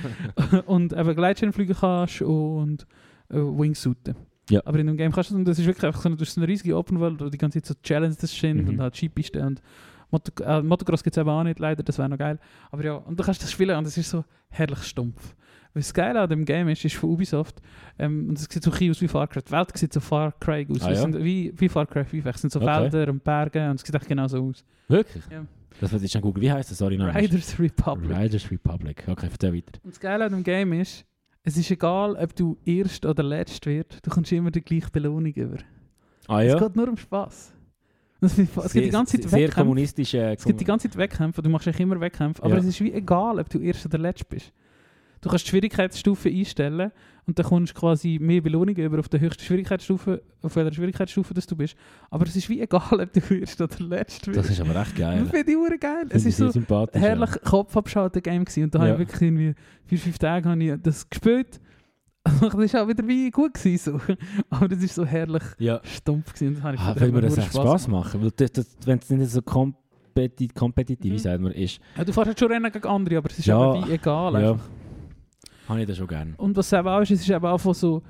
Speaker 3: und eben Gleitschirm fliegen kannst und äh, Wingsuiten.
Speaker 2: Ja.
Speaker 3: Aber in dem Game kannst du, und das ist wirklich einfach so eine, durch so eine riesige Open World, wo die ganze Zeit so Challenges sind
Speaker 2: Mhm.
Speaker 3: und halt Skipisten und Moto äh, Motocross gibt es eben auch nicht, leider, das wäre noch geil. Aber ja, und du kannst das spielen und es ist so herrlich stumpf. Was geil an dem Game ist, ist von Ubisoft, ähm, und es sieht so ein bisschen aus wie Far Cry. Die Welt sieht so Far Cry aus.
Speaker 2: Ah,
Speaker 3: Es
Speaker 2: ja?
Speaker 3: sind wie, wie Far Cry 5, es sind so
Speaker 2: Okay.
Speaker 3: Wälder und Berge und es sieht echt genau so aus.
Speaker 2: Wirklich?
Speaker 3: Ja.
Speaker 2: Das weiß ich schon Google. Wie heißt das? Sorry, nein.
Speaker 3: Riders Republic.
Speaker 2: Riders Republic. Okay, erzähl weiter.
Speaker 3: Und das Geile an dem Game ist, es ist egal, ob du erst oder letzt wirst, du kommst immer die gleiche Belohnung über.
Speaker 2: Ah
Speaker 3: Es geht nur um Spaß. Es gibt es gibt die ganze Zeit
Speaker 2: Sehr, sehr
Speaker 3: Wettkämpfe.
Speaker 2: kommunistisch. Äh,
Speaker 3: Es gibt die ganze Zeit Wettkämpfe, du machst eigentlich immer Wettkämpfe, aber
Speaker 2: Ja.
Speaker 3: es ist wie egal, ob du erst oder letzt bist. Du kannst die Schwierigkeitsstufe einstellen und dann kommst du quasi mehr Belohnung über auf der höchsten Schwierigkeitsstufe, auf welcher Schwierigkeitsstufe das du bist. Aber es ist wie egal, <laughs> ob du erst oder letzt
Speaker 2: das
Speaker 3: wirst.
Speaker 2: ist aber echt geil.
Speaker 3: Das finde ich hure geil. Es
Speaker 2: Finde ich
Speaker 3: ist so,
Speaker 2: sehr sympathisch. ja.
Speaker 3: herrlich Kopf abschalten Game gewesen. und da habe
Speaker 2: Ja.
Speaker 3: ich wirklich irgendwie vier, fünf Tage habe ich das gespielt <laughs> und das ist auch wieder wie gut gewesen, so. <laughs> aber das ist so herrlich
Speaker 2: Ja.
Speaker 3: stumpf gewesen. und Das habe ich
Speaker 2: Ah,
Speaker 3: das
Speaker 2: weil
Speaker 3: hat
Speaker 2: mir
Speaker 3: mir
Speaker 2: das
Speaker 3: nur
Speaker 2: echt Spass machen. Weil das, das, wenn es nicht so kompeti kompetitiv
Speaker 3: Mhm.
Speaker 2: mhm. sagt man, ist,
Speaker 3: gemacht. Ja, du fährst halt schon rennen gegen andere, aber es ist
Speaker 2: Ja.
Speaker 3: aber wie egal.
Speaker 2: ja,
Speaker 3: einfach.
Speaker 2: habe ich das schon gern.
Speaker 3: Und was es eben auch ist, es ist eben auch von so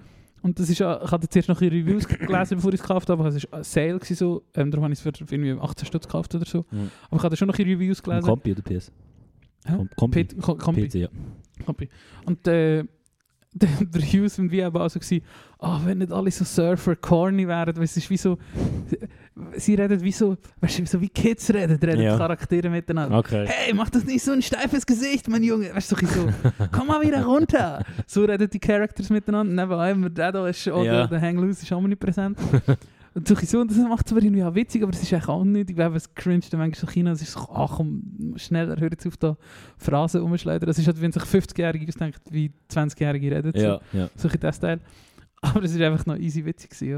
Speaker 3: und das ist, auch- ich hatte jetzt erst noch ein bisschen Reviews <laughs> gelesen, bevor ich es gekauft habe, aber es war Sale, gewesen, so. ähm, darum habe ich es für irgendwie 18 Stutz gekauft oder so.
Speaker 2: Mhm.
Speaker 3: Aber ich hatte schon noch ein bisschen Reviews
Speaker 2: Am
Speaker 3: gelesen.
Speaker 2: Kompi oder PS?
Speaker 3: Hä?
Speaker 2: Kom Kompi.
Speaker 3: Pit- Kom- Kompi.
Speaker 2: PC, ja.
Speaker 3: Hobby. Und äh, <laughs> der, der Hughes und wir eben auch so gewesen, ah, wenn nicht alle so Surfer corny wären, weil es ist wie so, sie reden wie so, weißt du, so wie Kids reden, reden
Speaker 2: Ja.
Speaker 3: die Charaktere miteinander.
Speaker 2: Okay.
Speaker 3: Hey, mach das nicht so ein steifes Gesicht, mein Junge. Weißt du, so, ein bisschen so komm mal wieder runter. So reden die Characters miteinander. Nebenbei, immer der da ist, oder
Speaker 2: Ja.
Speaker 3: der Hang Loose ist auch mal
Speaker 2: <laughs>
Speaker 3: nicht präsent. Und so, ein bisschen so, und das macht es aber irgendwie auch witzig, aber es ist eigentlich auch nicht. Ich glaube, es cringe dann manchmal so China. Es ist so, ach komm, schneller, hör jetzt auf, da Phrasen umschleudern. Das ist halt, wenn sich 50-Jährige ausdenken, wie 20-Jährige reden. so.
Speaker 2: Ja, ja.
Speaker 3: So in diesem Teil. <laughs> Aber es war einfach noch easy witzig. Gewesen, ja.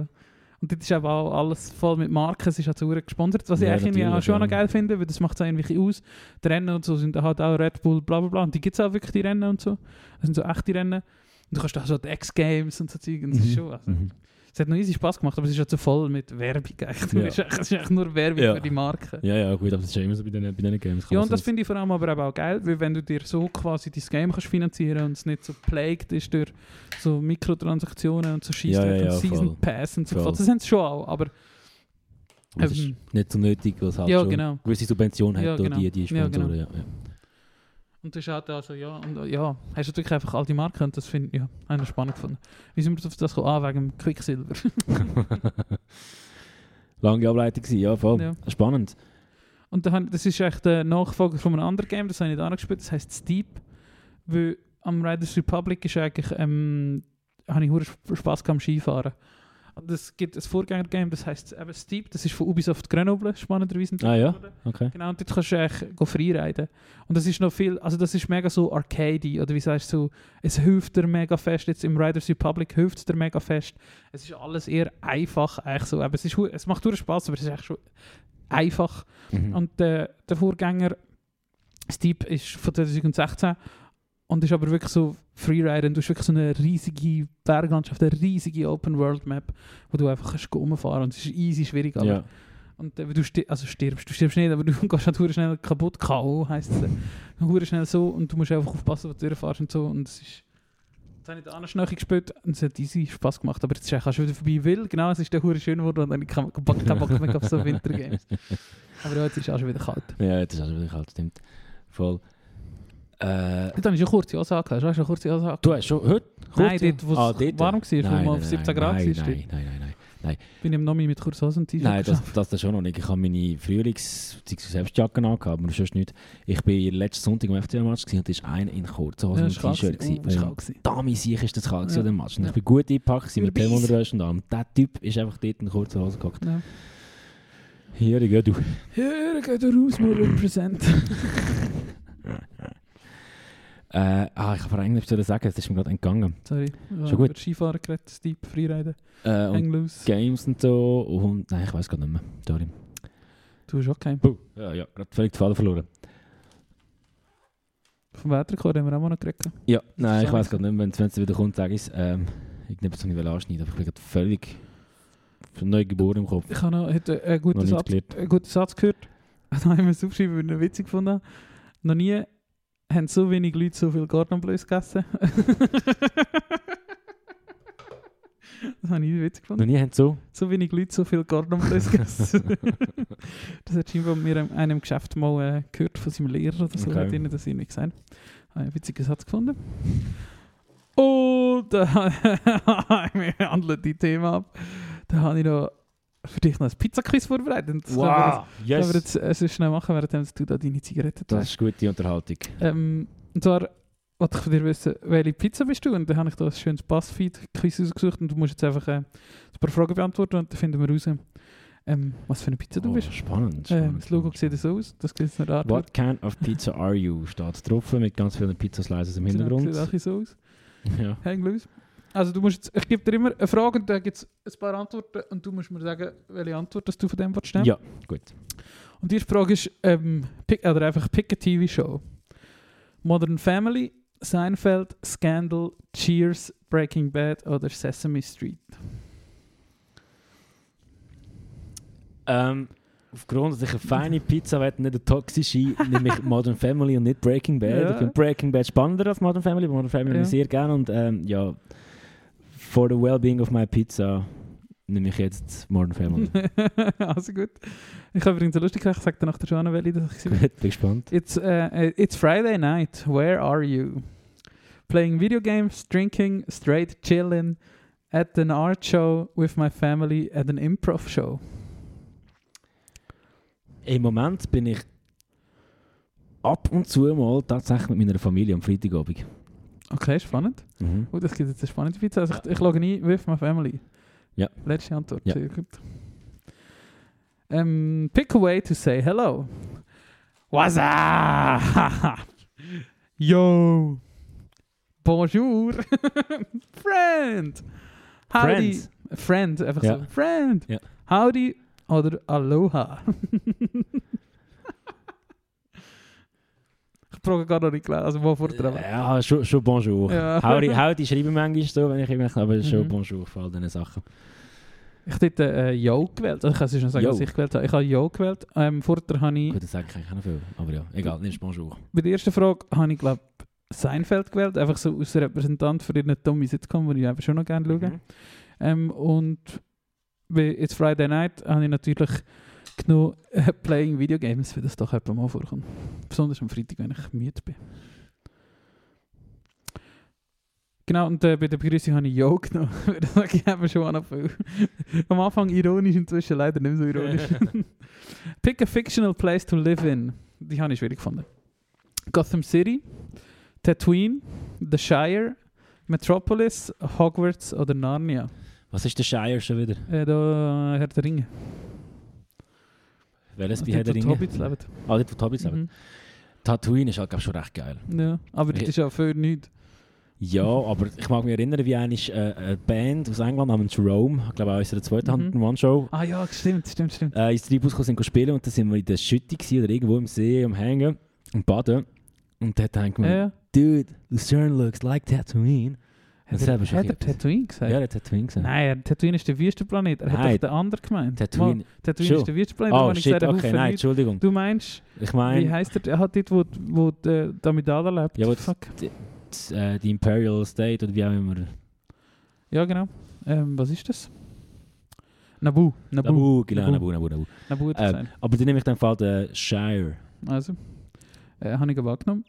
Speaker 3: Und dort ist eben auch alles voll mit Marken, es ist halt sauer gesponsert, was ich
Speaker 2: Ja,
Speaker 3: eigentlich irgendwie auch
Speaker 2: natürlich,
Speaker 3: schon
Speaker 2: ja.
Speaker 3: noch geil finde, weil das macht es irgendwie aus. Die Rennen und so sind dann halt auch Red Bull, bla bla bla. Und die gibt es auch wirklich, die Rennen und so. Das sind so echte Rennen. Und du kannst auch so die X-Games und so Zeug. Und das ist
Speaker 2: Mhm.
Speaker 3: schon, also,
Speaker 2: Mhm.
Speaker 3: Es hat noch easy Spass gemacht, aber es ist halt so voll mit Werbung. Eigentlich.
Speaker 2: Ja.
Speaker 3: <laughs> Es ist echt- es ist echt nur Werbung
Speaker 2: Ja.
Speaker 3: für die Marken.
Speaker 2: Ja, ja, gut, aber das ist ja immer so bei diesen bei diesen Games. Kann
Speaker 3: Ja,
Speaker 2: man
Speaker 3: und das
Speaker 2: so-
Speaker 3: finde ich vor allem aber eben auch geil, weil wenn du dir so quasi dein Game kannst finanzieren und es nicht so plagued ist durch so Mikrotransaktionen und so Scheiss
Speaker 2: Ja, ja,
Speaker 3: und
Speaker 2: ja,
Speaker 3: Season
Speaker 2: voll.
Speaker 3: Pass und so.
Speaker 2: Voll.
Speaker 3: Voll. Das haben sie schon auch, aber
Speaker 2: aber es
Speaker 3: ähm,
Speaker 2: ist nicht so nötig, weil es halt
Speaker 3: ja,
Speaker 2: schon
Speaker 3: genau.
Speaker 2: gewisse Subvention hat
Speaker 3: Ja,
Speaker 2: durch
Speaker 3: genau.
Speaker 2: die, die
Speaker 3: Ja, genau.
Speaker 2: Sponsoren. Ja, ja.
Speaker 3: und das ist halt also, ja, und, äh, ja, hast du natürlich einfach all die Marken und das finde ich, ja, habe ich spannend gefunden. Wie sind wir auf das gekommen? Ah, wegen dem Quicksilver.
Speaker 2: Lange Ableitung gewesen, ja, voll.
Speaker 3: Ja.
Speaker 2: Spannend.
Speaker 3: Und da han- das ist echt der Nachfolger von einem anderen Game, das habe ich nicht angespielt, das heisst Steep. Weil am Riders Republic ist eigentlich, ähm, habe ich verdammt Spass gehabt am Skifahren. Und es gibt ein Vorgänger-Game, das heisst eben Steep, das ist von Ubisoft Grenoble, spannenderweise.
Speaker 2: Ah ja, okay.
Speaker 3: Genau, und dort kannst du eigentlich go freeriden. Und das ist noch viel, also das ist mega so arcade oder wie sagst du, es hilft dir mega fest, jetzt im Riders Republic hilft es dir mega fest. Es ist alles eher einfach, eigentlich so. Aber es, ist, hu- es macht durchaus Spass, aber es ist echt schon einfach.
Speaker 2: Mhm.
Speaker 3: Und der, der Vorgänger Steep ist von 2016 und ist aber wirklich so Freeriden. Du hast wirklich so eine dus riesige Berglandschaft, eine riesige Open World Map, wo du einfach kannst rumfahren und es ist easy schwierig. Aber
Speaker 2: ja.
Speaker 3: Und äh, du stir also stirbst, du stirbst nicht, aber du <laughs> gehst halt hure schnell kaputt. K.O. heisst es. äh, hure schnell so und du musst einfach aufpassen, wo du durchfährst und so. Und es ist... Jetzt habe ich den Anschnauchen gespielt und es hat easy Spass gemacht, aber jetzt ist es schon wieder vorbei. Weil, genau, es ist dann hure schön geworden und dann habe ich keinen Bock keinen Bock mehr auf so Wintergames.
Speaker 2: <laughs>
Speaker 3: Aber ja, jetzt ist es auch schon wieder kalt.
Speaker 2: Ja, jetzt ist also wieder kalt, stimmt. Voll. Äh,
Speaker 3: Dann ist eine kurze Hose angelegt. Hast du eine kurze Hose angelegt?
Speaker 2: du hast schon heute?
Speaker 3: Nein,
Speaker 2: kurz-
Speaker 3: dort, wo es
Speaker 2: Ah, dort?
Speaker 3: warm war, wo man auf 17 Grad
Speaker 2: nein,
Speaker 3: war,
Speaker 2: nein, nein, nein, nein.
Speaker 3: bin ich im Nomi mit kurzer Hose und T-Shirt.
Speaker 2: Nein, das,
Speaker 3: geschlafen.
Speaker 2: das, das schon noch nicht. Ich habe meine Frühlings- bzw. Selbstjacken angehabt, aber sonst nicht. Ich bin letzten Sonntag am FCA-Match und da war einer in Kurzhose
Speaker 3: Ja,
Speaker 2: und
Speaker 3: es war
Speaker 2: T-Shirt.
Speaker 3: kalt.
Speaker 2: gewesen.
Speaker 3: Oh, es war kalt. gewesen.
Speaker 2: Dami sicher ist das kalt
Speaker 3: Ja.
Speaker 2: ja. der Match. Und
Speaker 3: Ja.
Speaker 2: ich bin gut eingepackt gewesen mit
Speaker 3: Überbeiss.
Speaker 2: dem Unterwäsche und allem. Der Typ ist einfach dort in kurzer Hose gehackt.
Speaker 3: Ja.
Speaker 2: Hier, ich geh du.
Speaker 3: Ja, geht er raus, <laughs> wir represent.
Speaker 2: Äh, ah, ich kann vor allem nicht so sagen, es ist mir gerade entgangen.
Speaker 3: Sorry. Ja,
Speaker 2: Schon gut.
Speaker 3: Über Skifahren geredet, Steep, Freeriden,
Speaker 2: Äh, und
Speaker 3: hang loose.
Speaker 2: Games und so und... Nein, ich weiß gar nicht mehr. Sorry.
Speaker 3: Du hast auch keinen.
Speaker 2: Puh. Ja, ja, gerade völlig die Faden verloren.
Speaker 3: Vom Wettercode haben wir auch noch geredet.
Speaker 2: Ja, nein, ich
Speaker 3: Sorry.
Speaker 2: weiß gar nicht mehr. Wenn es wieder kommt, sag ich's. Ähm, ich nehme es nicht anschneiden, aber ich bin gerade völlig... Neu geboren im Kopf.
Speaker 3: Ich habe noch heute einen
Speaker 2: Noch
Speaker 3: guten,
Speaker 2: nicht
Speaker 3: Satz,
Speaker 2: gelernt.
Speaker 3: einen guten Satz <laughs> gehört. Da habe ich mir es aufgeschrieben, weil ich ihn witzig gefunden habe. Noch nie haben so wenig Leute so viel Gordon Bleus <laughs> gegessen. das habe ich witzig gefunden.
Speaker 2: Noch nie haben sie so...
Speaker 3: So wenig Leute so viel Gordon Bleus gegessen.
Speaker 2: <laughs>
Speaker 3: das hat scheinbar mir in einem Geschäft mal äh, gehört von seinem Lehrer oder so.
Speaker 2: Okay.
Speaker 3: Hat ihnen das irgendwie gesagt. Habe ich einen witzigen Satz gefunden. Und dann <laughs> wir handeln die Themen ab. Dann habe ich noch für dich noch ein Pizza-Quiz vorbereitet. Und das können wir jetzt- Können wir
Speaker 2: Yes!
Speaker 3: jetzt äh, sonst schnell machen, während du da deine Zigaretten
Speaker 2: Das
Speaker 3: trägst.
Speaker 2: ist gute Unterhaltung.
Speaker 3: Ähm, und zwar wollte ich von dir wissen, welche Pizza bist du? Und dann habe ich da ein schönes Buzzfeed-Quiz rausgesucht und du musst jetzt einfach äh, ein paar Fragen beantworten und dann finden wir raus, ähm, was für eine Pizza du
Speaker 2: Oh,
Speaker 3: bist.
Speaker 2: spannend,
Speaker 3: Äh,
Speaker 2: spannend.
Speaker 3: das Logo sieht so aus, das sieht jetzt nicht an.
Speaker 2: What kind of pizza are you? Steht drauf mit ganz vielen Pizzaslices im
Speaker 3: Sieht auch ein
Speaker 2: Hintergrund.
Speaker 3: bisschen so aus.
Speaker 2: <laughs> Ja.
Speaker 3: Hang loose. Also du musst jetzt, ich gebe dir immer eine Frage und dann gibt es ein paar Antworten und du musst mir sagen, welche Antwort dass du von dem willst nehmen.
Speaker 2: ja, gut.
Speaker 3: Und die erste Frage ist, ähm, pick, oder einfach pick a TV-Show. Modern Family, Seinfeld, Scandal, Cheers, Breaking Bad oder Sesame Street.
Speaker 2: Ähm, aufgrund, dass ich eine feine Pizza will, nicht eine toxische, nehme ich Modern Family und nicht Breaking Bad.
Speaker 3: Ja.
Speaker 2: Ich finde Breaking Bad spannender als Modern Family, weil Modern Family
Speaker 3: Ja.
Speaker 2: ja. sehr gerne und ähm, ja, for the well-being of my pizza nehme ich jetzt Modern Family.
Speaker 3: <laughs> also gut. Ich habe übrigens eine lustige Sache, ich sage danach schon noch, welche das ich war.
Speaker 2: gut, bin gespannt.
Speaker 3: It's, äh, äh, it's Friday night, where are you? Playing video games, drinking, straight chilling, at an art show with my family, at an improv show.
Speaker 2: Im Moment bin ich ab und zu mal tatsächlich mit meiner Familie am Freitagabend.
Speaker 3: Okay, spannend.
Speaker 2: Mhm.
Speaker 3: Oh, das gibt jetzt eine spannende Pizza. Also ich, ich logge ein with my family.
Speaker 2: Ja.
Speaker 3: Letzte Antwort.
Speaker 2: Ja.
Speaker 3: Sehr gut. Ähm, pick a way to say hello. What's up? <laughs> Yo. Bonjour. <laughs> Friend. Howdy.
Speaker 2: Friends.
Speaker 3: Friend. Einfach
Speaker 2: Ja.
Speaker 3: so. Friend.
Speaker 2: Ja.
Speaker 3: Howdy oder
Speaker 2: <laughs>
Speaker 3: Aloha. ich frage gar noch nicht klar. Also, wo vor der
Speaker 2: Ja, schon, schon Bonjour.
Speaker 3: Ja.
Speaker 2: Howdy, howdy schreibe ich manchmal so, wenn ich irgendwelche, aber schon
Speaker 3: Mhm.
Speaker 2: Bonjour vor all diesen Sachen.
Speaker 3: Ich hätte äh, Jo gewählt. Also Ich kann es schon sagen,
Speaker 2: Jo.
Speaker 3: was ich gewählt habe. Ich habe Jo gewählt. Ähm, vorher habe ich,
Speaker 2: Gut, das sage ich eigentlich auch noch viel, aber ja,
Speaker 3: Mhm.
Speaker 2: egal, nimmst Bonjour.
Speaker 3: bei der ersten Frage, habe ich glaube Seinfeld gewählt. Einfach so als Repräsentant für ihren Tommy Sitcom, den ich eben schon noch gerne schaue.
Speaker 2: Mhm.
Speaker 3: Ähm, und bei It's Friday Night habe ich natürlich genommen äh, Playing Video Games, weil das doch etwa mal vorkommt. Besonders am Freitag, wenn ich müde bin. Genau, und äh, bei der Begrüßung habe ich Jo genommen, <laughs> weil das sage ich eben schon an viel. Am Anfang ironisch, inzwischen leider nicht mehr so ironisch. Pick a fictional place to live in. Die habe ich schwierig gefunden. Gotham City, Tatooine, The Shire, Metropolis, Hogwarts oder Narnia.
Speaker 2: Was ist der Shire schon wieder?
Speaker 3: Äh, da äh, Herr der Ringe.
Speaker 2: Welches bei
Speaker 3: Dort,
Speaker 2: Herr der
Speaker 3: wo die
Speaker 2: Ringe?
Speaker 3: Hobbits leben.
Speaker 2: Ah, dort, wo die Hobbits leben.
Speaker 3: Mhm.
Speaker 2: Tatooine ist halt, glaub, schon recht geil.
Speaker 3: Ja, Ah, aber das
Speaker 2: Ich-
Speaker 3: ist ja für nichts.
Speaker 2: Ja,
Speaker 3: Mhm.
Speaker 2: aber ich mag mich erinnern, wie eine, äh, eine Band aus England namens Rome, ich glaube auch in unserer zweiten
Speaker 3: Mhm.
Speaker 2: Hand One-Show,
Speaker 3: Ah ja, stimmt, stimmt, stimmt.
Speaker 2: äh, ins Treibhaus gekommen sind spielen und da sind wir in der Schütte gewesen, oder irgendwo im See am Hängen und baden. Und dort denken wir,
Speaker 3: Ja, ja.
Speaker 2: Dude, Lucerne looks like Tatooine.
Speaker 3: Hat
Speaker 2: Das
Speaker 3: er,
Speaker 2: haben wir schon
Speaker 3: hat er
Speaker 2: gehört.
Speaker 3: Tatooine gesagt?
Speaker 2: Ja, jetzt hat Twin gesagt.
Speaker 3: Nein, er- Tatooine ist der Wüstenplanet. Er hat
Speaker 2: Nein.
Speaker 3: doch den anderen gemeint.
Speaker 2: Tatooine.
Speaker 3: Mal, Tatooine
Speaker 2: Schon.
Speaker 3: ist der Wüstenplanet. wo
Speaker 2: Oh
Speaker 3: ich
Speaker 2: shit,
Speaker 3: gesagt habe,
Speaker 2: okay,
Speaker 3: Haufen
Speaker 2: nein,
Speaker 3: Leute-
Speaker 2: Entschuldigung.
Speaker 3: Du meinst,
Speaker 2: Ich
Speaker 3: wie
Speaker 2: meine,
Speaker 3: heißt er? Er hat dort, wo, wo der die Amidala lebt.
Speaker 2: Ja, wo-
Speaker 3: Fuck.
Speaker 2: das, äh, die Imperial State oder wie auch immer.
Speaker 3: ja genau. Ähm, was ist das? Nabu. Nabu. Nabu,
Speaker 2: Nabu, genau,
Speaker 3: Naboo.
Speaker 2: Nabu, Nabu, Nabu.
Speaker 3: Nabu hat er
Speaker 2: Ähm,
Speaker 3: gesagt.
Speaker 2: Aber dann nehme ich den Fall den Shire.
Speaker 3: Also, äh, habe ich ihn wahrgenommen.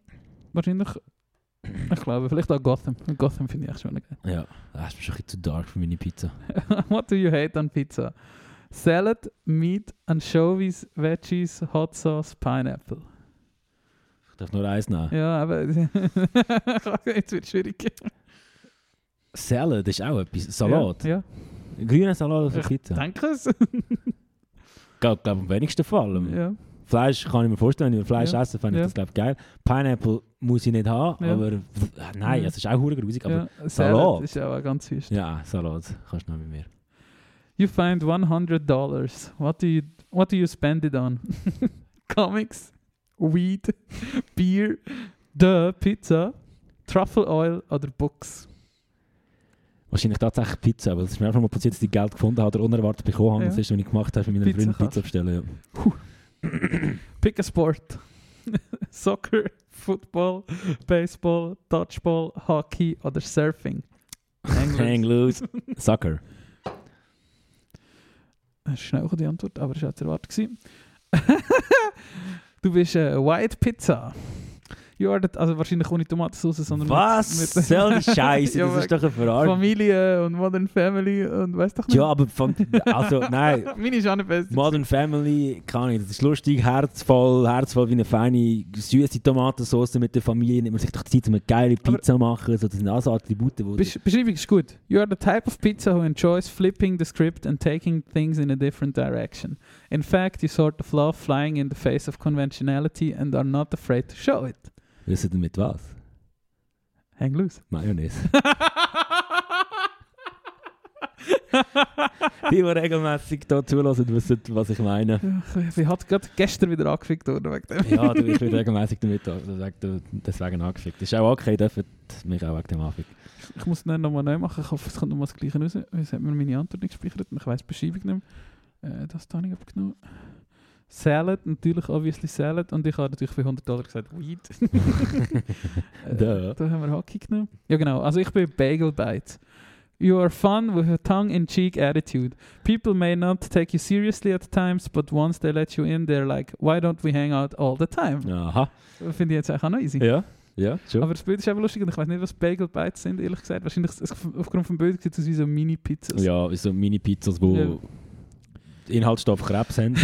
Speaker 3: Wahrscheinlich, ich glaube, vielleicht auch Gotham. Gotham finde ich echt schon geil. <laughs>
Speaker 2: Ja, Ah, das ist mir schon ein bisschen zu dark für meine Pizza.
Speaker 3: What do you hate on pizza? Salad, meat, anchovies, veggies, hot sauce, pineapple.
Speaker 2: Ich darf nur eins nehmen.
Speaker 3: Ja, aber <laughs> jetzt wird es schwierig.
Speaker 2: Salad ist auch etwas. Salat.
Speaker 3: Ja,
Speaker 2: Grüner Salat auf der Pizza.
Speaker 3: ja. danke es.
Speaker 2: Glaub, glaub, am wenigsten vor allem.
Speaker 3: ja.
Speaker 2: Fleisch kann ich mir vorstellen, wenn ich Fleisch
Speaker 3: Ja.
Speaker 2: esse, fände ich
Speaker 3: Ja.
Speaker 2: das glaub, geil. Pineapple muss ich nicht haben,
Speaker 3: Ja.
Speaker 2: aber pff, nein,
Speaker 3: Ja.
Speaker 2: es ist auch hure grusig, aber
Speaker 3: ja. Salad,
Speaker 2: Salat.
Speaker 3: ist auch ganz süß.
Speaker 2: ja. nou, Salat kannst du noch mit mir.
Speaker 3: You find $100. What do you, what do you spend it on? <laughs> Comics, weed, <laughs> beer, the pizza, truffle oil oder books.
Speaker 2: Wahrscheinlich tatsächlich Pizza, weil es ist mir einfach mal passiert, dass ich Geld gefunden habe oder unerwartet bekommen habe.
Speaker 3: Ja.
Speaker 2: Das ist, was ich gemacht habe, für meine
Speaker 3: Pizza
Speaker 2: Freunde
Speaker 3: kaufen.
Speaker 2: Pizza
Speaker 3: <laughs>
Speaker 2: bestellen.
Speaker 3: Pick a sport. <laughs> Soccer, Football, Baseball, Dodgeball, Hockey oder Surfing.
Speaker 2: Ja.
Speaker 3: <laughs>
Speaker 2: Hang
Speaker 3: England.
Speaker 2: loose. Sucker.
Speaker 3: Das ist schnell die Antwort, aber es war zu erwarten. gewesen. <laughs> du bist äh, White Pizza. You are the, also wahrscheinlich ohne Tomatensauce, sondern
Speaker 2: Was?
Speaker 3: mit...
Speaker 2: Soll
Speaker 3: <laughs>
Speaker 2: die Scheiße?
Speaker 3: Ja,
Speaker 2: Das ist doch ein Verarsch.
Speaker 3: Familie und Modern Family und weißt doch nicht.
Speaker 2: Ja, aber von, <laughs> also
Speaker 3: <laughs>
Speaker 2: nein.
Speaker 3: Meine ist auch nicht besser.
Speaker 2: Modern Family, keine Ahnung, das ist lustig, herzvoll, herzvoll wie eine feine, süße Tomatensauce mit der Familie. Nimmt man sich doch die Zeit, um eine geile Pizza zu machen. So, das sind also Attribute, die...
Speaker 3: Besch Beschreibung ist gut. You are the type of pizza who enjoys flipping the script and taking things in a different direction. In fact, you sort of love flying in the face of conventionality and are not afraid to show it.
Speaker 2: Wissen denn mit was?
Speaker 3: Hang <laughs> loose.
Speaker 2: Mayonnaise. <laughs> die, die regelmäßig hier zulassen, wissen, was ich meine.
Speaker 3: ich hat gerade gestern wieder angefickt worden wegen dem.
Speaker 2: Ja, du, ich bin regelmäßig damit da- da- äh, deswegen angefickt. Ist auch okay, dürfen mich auch wegen dem anficken.
Speaker 3: Ich muss es nochmal neu machen. Ich hoffe, es kommt nochmal das Gleiche raus. Jetzt hat mir meine Antwort nicht gespeichert und ich weiss die Beschreibung nicht mehr. Äh, das habe ich abgenommen. Salad, natürlich, obviously Salad. Und ich habe natürlich für 100 Dollar gesagt, Weed. äh,
Speaker 2: Da.
Speaker 3: Da haben wir Hockey genommen. Ja genau, also ich bin Bagel Bite. You are fun with a tongue-in-cheek attitude. People may not take you seriously at times, but once they let you in, they're like, why don't we hang out all the time?
Speaker 2: Aha.
Speaker 3: Finde ich jetzt eigentlich auch noch easy.
Speaker 2: Ja, ja, schon.
Speaker 3: Aber das Bild ist eben lustig und ich weiß nicht, was Bagel Bites sind, ehrlich gesagt. Wahrscheinlich s- aufgrund vom Bild sieht es aus wie so Mini-Pizzas.
Speaker 2: ja, so Mini-Pizzas, die
Speaker 3: Ja.
Speaker 2: Inhaltsstoff Krebs haben. <laughs>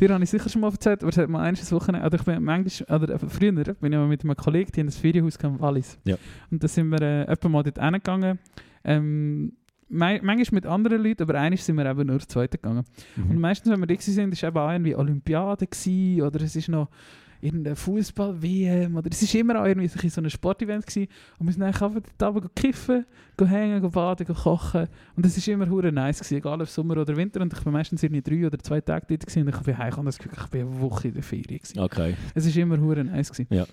Speaker 3: Dir habe ich sicher schon mal erzählt, aber es hat mal eines Wochenende, oder ich bin manchmal, oder eben früher, bin ich mal mit einem Kollegen, die haben ein Ferienhaus gehabt in Wallis.
Speaker 2: Ja.
Speaker 3: Und da sind wir äh, etwa mal dort hingegangen. Ähm, mei- manchmal mit anderen Leuten, aber eigentlich sind wir eben nur zu zweit gegangen.
Speaker 2: Mhm.
Speaker 3: Und meistens, wenn wir da gewesen sind, ist eben auch irgendwie Olympiade gewesen, oder es ist noch irgendein Fußball-WM oder es ist immer auch irgendwie so ein so ein Sportevent gewesen. Und wir sind eigentlich einfach dort runter go kiffen, go hängen, go baden, go kochen. Und es ist immer hure nice gewesen, egal ob Sommer oder Winter. Und ich bin meistens irgendwie drei oder zwei Tage dort gewesen und ich bin heim und das Gefühl, ich bin eine Woche in der Ferien gewesen.
Speaker 2: Okay.
Speaker 3: Es war immer hure nice. Gewesen.
Speaker 2: Ja.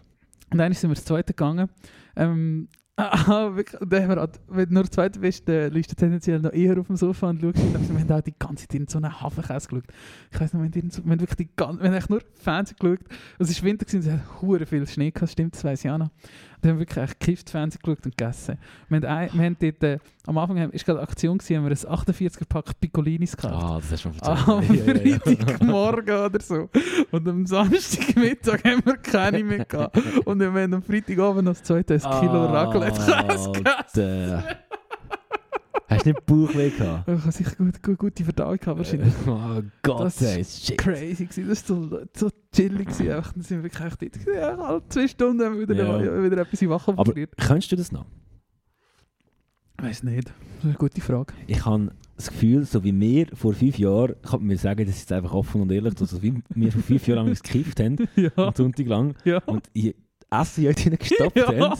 Speaker 3: Und dann sind wir das zweite gegangen. Ähm, <laughs> ah, wirklich, da haben wir, auch- wenn du nur das zweite bist, dann liegst du tendenziell noch eher auf dem Sofa und schaust. Und wir haben auch die ganze Zeit in so einen Hafenkäse geschaut. Ich weiss noch, wir haben, irgend so- wir haben wirklich die ganze, wir haben echt nur Fernsehen geschaut. Und es war Winter gewesen, und es hat hure viel Schnee gehabt, stimmt, das weiss ich auch noch. Und dann haben wir wirklich echt gekifft, Fernsehen geschaut und gegessen. Wir haben, ein, wir haben dort, äh, am Anfang war gerade eine Aktion, gewesen, haben wir ein 48er-Pack Piccolinis gekauft.
Speaker 2: Ah, das hast du schon erzählt.
Speaker 3: Am
Speaker 2: <laughs>
Speaker 3: <laughs>
Speaker 2: Ja, ja, ja.
Speaker 3: Freitagmorgen oder so. Und am Samstagmittag <laughs> haben wir keine mehr gehabt. Und wir haben am Freitagabend noch das zweite ein Kilo
Speaker 2: Ah,
Speaker 3: Raclette gegessen.
Speaker 2: Alter. Hast du nicht Bauchweh gehabt?
Speaker 3: Ich habe sicher gut, gut, gute Verdauung gehabt wahrscheinlich.
Speaker 2: <laughs> Oh Gott,
Speaker 3: Das
Speaker 2: ey, shit.
Speaker 3: Crazy gewesen, das war so, so chillig. Gewesen. Einfach, dann sind wir wirklich echt dort gewesen. Ja, alle zwei Stunden haben wir wieder,
Speaker 2: Ja.
Speaker 3: wieder etwas in Wachen
Speaker 2: Aber
Speaker 3: probiert.
Speaker 2: kannst du das noch?
Speaker 3: Ich weiß nicht. Das ist eine gute Frage.
Speaker 2: <laughs> Ich habe das Gefühl, so wie wir vor fünf Jahren, kann man mir sagen, das ist jetzt einfach offen und ehrlich, so wie wir vor fünf Jahren damals
Speaker 3: <laughs>
Speaker 2: gekifft haben,
Speaker 3: Ja.
Speaker 2: am Sonntag lang,
Speaker 3: Ja.
Speaker 2: und ich Essen in euch gestopft
Speaker 3: Ja.
Speaker 2: haben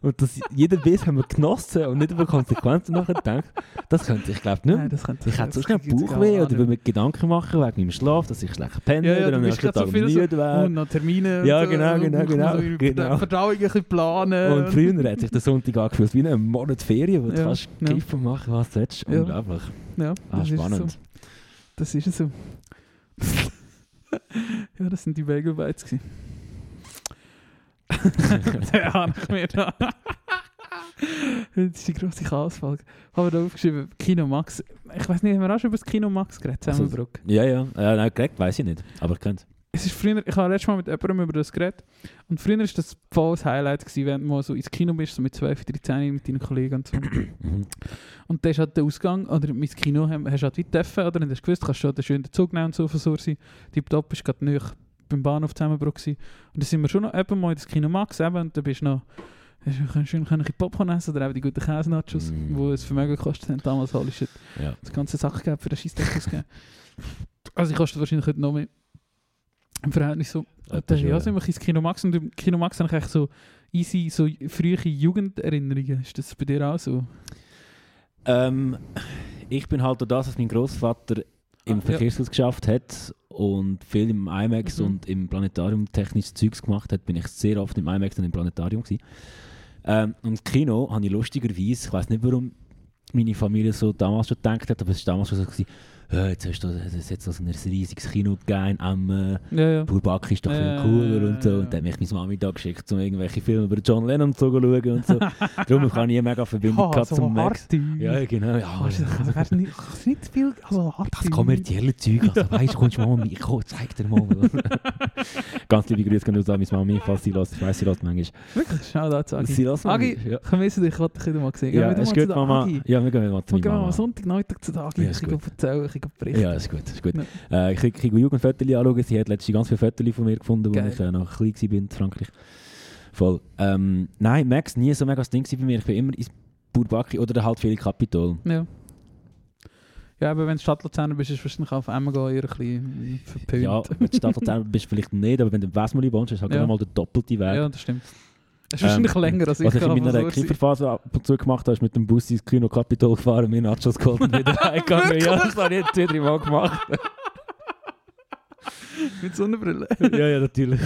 Speaker 2: Und das, jeder Biss haben wir genossen und nicht über Konsequenzen nachher gedacht. Das könnte ich, glaube nicht.
Speaker 3: Nein, das könnte
Speaker 2: ich hätte
Speaker 3: das
Speaker 2: sonst einen
Speaker 3: kriege ich jetzt
Speaker 2: Bauchweh
Speaker 3: gar
Speaker 2: oder
Speaker 3: nicht.
Speaker 2: würde mir Gedanken machen wegen meinem Schlaf, dass ich schlecht penne
Speaker 3: Ja, ja,
Speaker 2: oder
Speaker 3: du
Speaker 2: am
Speaker 3: bist
Speaker 2: nächsten
Speaker 3: gerade
Speaker 2: Tag
Speaker 3: so viel so,
Speaker 2: müde wäre.
Speaker 3: und noch Termine. und
Speaker 2: Ja,
Speaker 3: so,
Speaker 2: genau,
Speaker 3: und
Speaker 2: genau,
Speaker 3: muss man
Speaker 2: genau,
Speaker 3: so über-
Speaker 2: genau.
Speaker 3: die Verdauung ein bisschen planen.
Speaker 2: Und früher hat sich der Sonntag angefühlt wie ein Monat Ferien, wo du
Speaker 3: Ja,
Speaker 2: kannst
Speaker 3: ja.
Speaker 2: kiffen machen, was du willst.
Speaker 3: Ja.
Speaker 2: Unglaublich.
Speaker 3: Ja,
Speaker 2: Ah,
Speaker 3: das
Speaker 2: spannend.
Speaker 3: Ist so. Das ist so. <laughs> ja, das sind die Bagel Bites. gewesen. Den habe ich mir da. <laughs> das ist die grosse Chaosfolge. Haben wir da aufgeschrieben, Kino Max. Ich weiß nicht, haben wir auch schon über das Kino Max geredet,
Speaker 2: Also-
Speaker 3: Zusammenbruck?
Speaker 2: Ja, ja. ja nein, direkt weiß ich nicht, aber ich könnte.
Speaker 3: Es ist früher, ich habe letztes Mal mit jemandem über das geredet und früher war das voll das Highlight, gewesen, wenn du mal so ins Kino bist, so mit 12, 13 mit deinen Kollegen und so.
Speaker 2: Mhm.
Speaker 3: Und dann ist halt der Ausgang, oder mein Kino hem- hast du halt wie dürfen, oder? Und hast gewusst, kannst schon schön den Zug nehmen und so von so sein. Tipptopp ist gerade nöch beim Bahnhof Zusammenbruch gewesen. Und dann sind wir schon noch eben mal ins Kino Max eben, und dann bist du noch, hast du können schön können ein bisschen Popcorn essen oder eben die guten Käse-Nachos,
Speaker 2: Mm.
Speaker 3: die ein Vermögen gekostet haben damals, holy shit.
Speaker 2: Ja.
Speaker 3: Das ganze Sachgeld für den Scheissdreck ausgegeben. Also ich kostet wahrscheinlich heute noch mehr. Im Verhältnis so. Und dann,
Speaker 2: schon,
Speaker 3: ja,
Speaker 2: ja.
Speaker 3: sind wir ins Kino Max und im Kino Max habe ich echt so easy, so frühe Jugenderinnerungen. Ist das bei dir auch so?
Speaker 2: Ähm, ich bin halt durch das, was mein Großvater
Speaker 3: Ah, ja.
Speaker 2: im Verkehrshaus geschafft hat und viel im IMAX
Speaker 3: Mhm.
Speaker 2: und im Planetarium technisches Zeugs gemacht hat, bin ich sehr oft im IMAX und im Planetarium gewesen. Ähm, und Kino habe ich lustigerweise, ich weiß nicht warum meine Familie so damals schon gedacht hat, aber es war damals schon so, gewesen, «Äh, jetzt hast du es jetzt also ein riesiges Kino gegeben in Emmen,
Speaker 3: Ja, ja.
Speaker 2: Burbak ist doch viel
Speaker 3: Ja,
Speaker 2: cooler und so.
Speaker 3: ja, ja.
Speaker 2: Und dann hat mich meine Mami da geschickt, um irgendwelche Filme über John Lennon zu schauen und
Speaker 3: <laughs>
Speaker 2: so. Darum kann ich eine mega
Speaker 3: Oh,
Speaker 2: Verbindung gehabt zum Max. Ja, ja, genau. Ja,
Speaker 3: Also,
Speaker 2: also,
Speaker 3: also, weißt du nicht, also nicht viel, also hart.
Speaker 2: das kommerzielle Zeug. Also, weißt du, kommst du mal mit, komm, zeig dir
Speaker 3: <laughs>
Speaker 2: mal. Ganz liebe Grüße gehen raus an meine Mami, falls sie lässt. Ich weiss, sie lässt manchmal.
Speaker 3: Wirklich, schau da zu Agi.
Speaker 2: Sie lässt
Speaker 3: Agi,
Speaker 2: manchmal. Ja,
Speaker 3: ich vermisse dich, ich wollte dich wieder mal sehen. Geh
Speaker 2: ja
Speaker 3: wieder
Speaker 2: ist
Speaker 3: mal
Speaker 2: gut,
Speaker 3: zu der
Speaker 2: Mama.
Speaker 3: Agi.
Speaker 2: Ja, wir gehen mal zu
Speaker 3: Wir
Speaker 2: meiner
Speaker 3: gehen mal
Speaker 2: Mama.
Speaker 3: am Sonntagnachmittag zu der Agi,
Speaker 2: Ja,
Speaker 3: ich
Speaker 2: ist
Speaker 3: kann
Speaker 2: gut.
Speaker 3: erzählen, ich kann berichten.
Speaker 2: Ja, ist gut, ist gut.
Speaker 3: Ja.
Speaker 2: Äh, ich krieg- krieg Jugendfotos anschauen. Sie hat letztens ganz viele Fotos von mir gefunden,
Speaker 3: Geil.
Speaker 2: als ich äh, noch klein war in Frankreich. Voll. Ähm, nein, Max nie so mega das Ding gewesen bei mir. Ich bin immer ins Bourbaki oder halt viel Kapitol.
Speaker 3: Ja. Ja, aber wenn du Stadtluzerner bist, ist es wahrscheinlich auf einmal gehen, eher ein bisschen verpönt.
Speaker 2: Ja, wenn du <laughs> Staffel 10 bist, vielleicht nicht, aber wenn du im Westmoli wohnst, hast du halt
Speaker 3: Ja.
Speaker 2: nochmal den doppelten Weg.
Speaker 3: Ja, das stimmt. Es ist
Speaker 2: Ehm,
Speaker 3: wahrscheinlich länger als ich.
Speaker 2: Was ich in
Speaker 3: kann
Speaker 2: meiner
Speaker 3: versorgt sein.
Speaker 2: Kieferphase ab und zu gemacht habe, ist mit dem Bus ins Kino Kapitol gefahren, mir Nachos geholt und
Speaker 3: <laughs>
Speaker 2: wieder heimgegangen. ja, das habe ich jetzt zwei, drei Mal gemacht.
Speaker 3: Mit Sonnenbrille.
Speaker 2: ja, ja, natürlich.